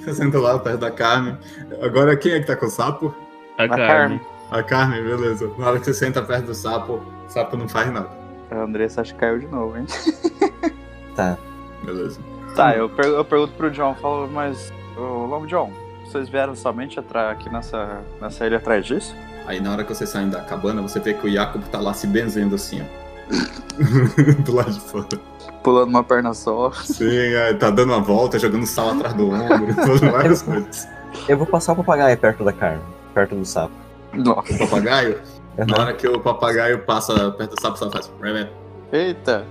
Você senta lá perto da Carmen. Agora quem é que tá com o sapo?
A
Na
Carmen.
A Carmen, beleza. Na hora que você senta perto do sapo, o sapo não faz nada.
A Andressa acho que caiu de novo, hein?
Tá.
Beleza.
Tá, eu, per- eu pergunto pro John, falo, mas. Ô, Long John, vocês vieram somente atra- aqui nessa, nessa ilha atrás disso?
Aí na hora que vocês saem da cabana, você vê que o Jacob tá lá se benzendo assim, ó. do lado de fora.
Pulando uma perna só.
Sim, aí tá dando uma volta, jogando sal atrás do ombro, fazendo várias coisas.
Eu vou passar o papagaio perto da Carmen, perto do sapo.
Nossa.
O papagaio, na
Aham.
hora que o papagaio passa perto do sapo, o sapo faz. "Ré-ré".
Eita!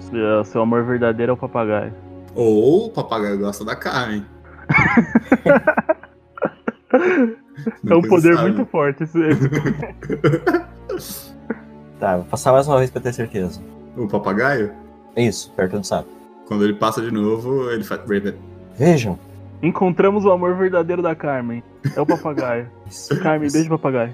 Seu- Seu amor verdadeiro é o papagaio.
Ou o papagaio gosta da Carmen.
É um poder
Sabe?
muito forte. Esse, esse-
Tá, vou passar mais uma vez pra ter certeza.
né? O papagaio?
É isso, perto do sapo.
Quando ele passa de novo, ele faz. "Ré-ré".
Vejam.
Encontramos o amor verdadeiro da Carmen. É o papagaio.
Isso.
Carmen, beijo papagaio.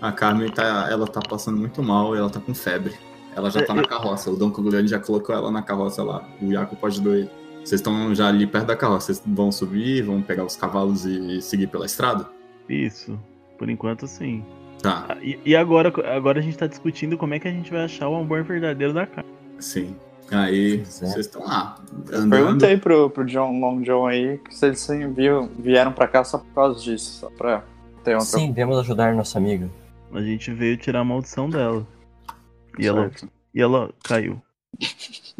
A Carmen tá, ela tá passando muito mal, ela tá com febre. Ela já tá
É,
na carroça, o Dom Coglione já colocou ela na carroça lá. O Iaco pode doer. Vocês estão já ali perto da carroça, vocês vão subir, vão pegar os cavalos e seguir pela estrada?
Isso. Por enquanto, sim.
Tá,
Ah, E, e agora, agora a gente tá discutindo como é que a gente vai achar o amor verdadeiro da Carmen.
sim. Aí
Pois é.
vocês estão lá.
Eu
Andando.
perguntei pro, pro John, Long John aí se eles sim, viam- vieram pra cá só por causa disso, só pra ter outra.
Sim, viemos ajudar nossa amiga.
A gente veio tirar a maldição dela. E ela, e ela caiu.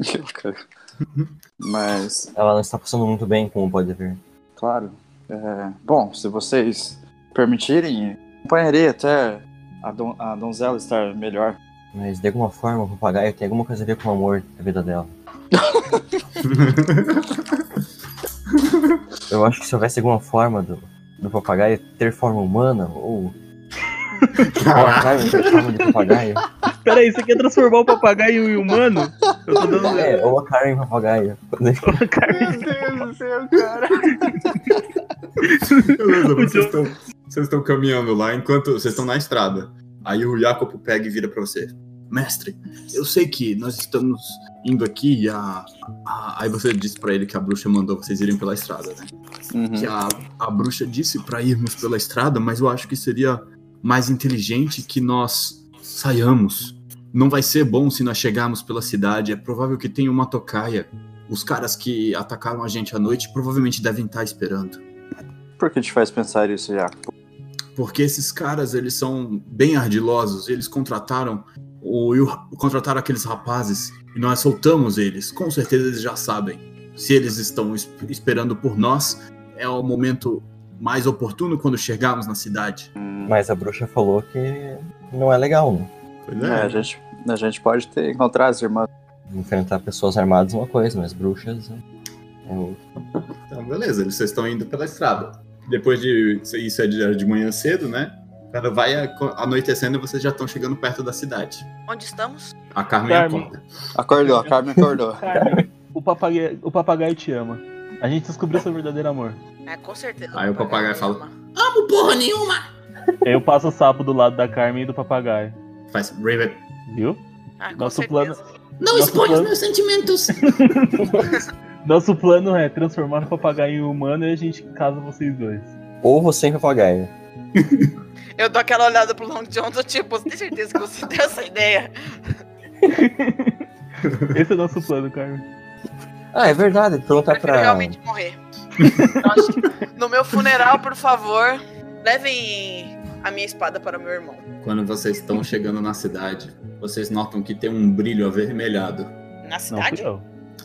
Certo. Mas,
Ela não está passando muito bem, como pode ver.
claro. é, bom, se vocês permitirem, acompanharei até a, don- a donzela estar melhor.
Mas de alguma forma o papagaio tem alguma coisa a ver com o amor da vida dela. Eu acho que se houvesse alguma forma do, do papagaio ter forma humana, ou a Carmen ter forma de papagaio.
Peraí, você quer transformar o papagaio em humano? Eu tô dando.
É, ou a Carmen papagaio.
Hum.
Meu Deus do céu, cara!
Beleza, vocês estão, vocês estão caminhando lá enquanto vocês estão na estrada. Aí o Jacopo pega e vira pra você. Mestre, eu sei que nós estamos indo aqui e a, a- Aí você disse pra ele que a bruxa mandou vocês irem pela estrada, né?
Uhum.
Que a, a bruxa disse pra irmos pela estrada, mas eu acho que seria mais inteligente que nós saiamos. Não vai ser bom se nós chegarmos pela cidade. É provável que tenha uma tocaia. Os caras que atacaram a gente à noite provavelmente devem estar esperando.
Por que te faz pensar isso, Jaco?
Porque esses caras, eles são bem ardilosos. Eles contrataram o, contrataram aqueles rapazes e nós soltamos eles. Com certeza eles já sabem. Se eles estão es- esperando por nós, é o momento mais oportuno quando chegarmos na cidade.
Mas a bruxa falou que não é legal, né?
Pois
É, a, gente, a gente pode ter, encontrar as irmãs.
Enfrentar pessoas armadas é uma coisa, mas bruxas é outra.
Então, beleza, eles- vocês estão indo pela estrada. Depois de. Isso é de, de manhã cedo, né? Quando vai aco- anoitecendo, vocês já estão chegando perto da cidade.
Onde estamos?
A Carmen
Carmen.
acorda.
Acordou, a Carmen acordou.
Carmen, o papagaio, o papagaio te ama. A gente descobriu seu verdadeiro amor.
É, com certeza.
Aí o papagaio fala,
ama.
Amo porra nenhuma!
Eu passo o sapo do lado da Carmen e do papagaio.
Faz Raven.
Viu?
Ah, com
Nosso
certeza.
Não
Nosso
expõe os
plano-
meus sentimentos!
Nosso plano é transformar o papagaio em humano e a gente casa vocês dois.
Ou você em papagaio.
Eu dou aquela olhada pro Long John do tipo, você tem certeza que você deu essa ideia?
Esse é o nosso plano, Carmen.
Ah, é verdade, perguntar
Prefiro
pra.
realmente morrer. Eu acho que no meu funeral, por favor, levem a minha espada para o meu irmão.
Quando vocês estão chegando na cidade, vocês notam que tem um brilho avermelhado.
Na
Não,
cidade?
fui eu.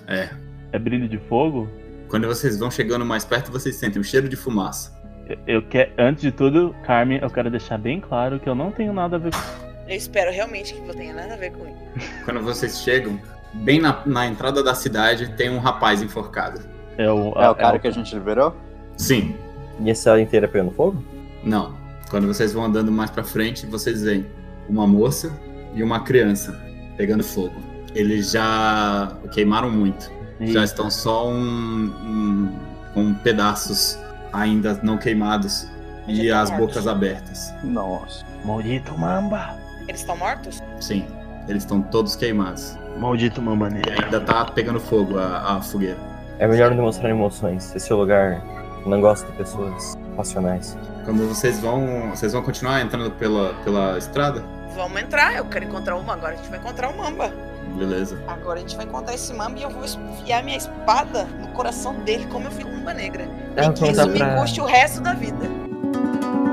É.
É brilho de fogo?
Quando vocês vão chegando mais perto, vocês sentem um cheiro de fumaça.
Eu, eu quero, antes de tudo, Carmen, eu quero deixar bem claro que eu não tenho nada a ver com.
Eu espero realmente que não tenha nada a ver com isso.
Quando vocês chegam, bem na, na entrada da cidade, tem um rapaz enforcado.
É o,
É o cara que a gente liberou?
Sim,
E a cidade inteira pegando fogo?
não. Quando vocês vão andando mais pra frente, vocês veem uma moça e uma criança pegando fogo. Eles já queimaram muito.
Ih,
Já estão só um, um- com pedaços ainda não queimados e
Já tá
as
morto.
bocas abertas.
Nossa.
Maldito mamba!
Eles estão mortos?
Sim, eles estão todos queimados.
Maldito mamba
E ainda tá pegando fogo a, a fogueira.
É melhor não demonstrar emoções. Esse é o lugar não gosta de pessoas passionais.
Quando vocês vão, vocês vão continuar entrando pela, pela estrada?
Vamos entrar, eu quero encontrar uma. Agora a gente vai encontrar o Mamba.
Beleza.
Agora a gente vai encontrar esse Mamba e eu vou enfiar minha espada no coração dele, como eu fiz com Mamba Negra.
Eu
E
vou
que isso
perguntar
me
pra-
custe o resto da vida.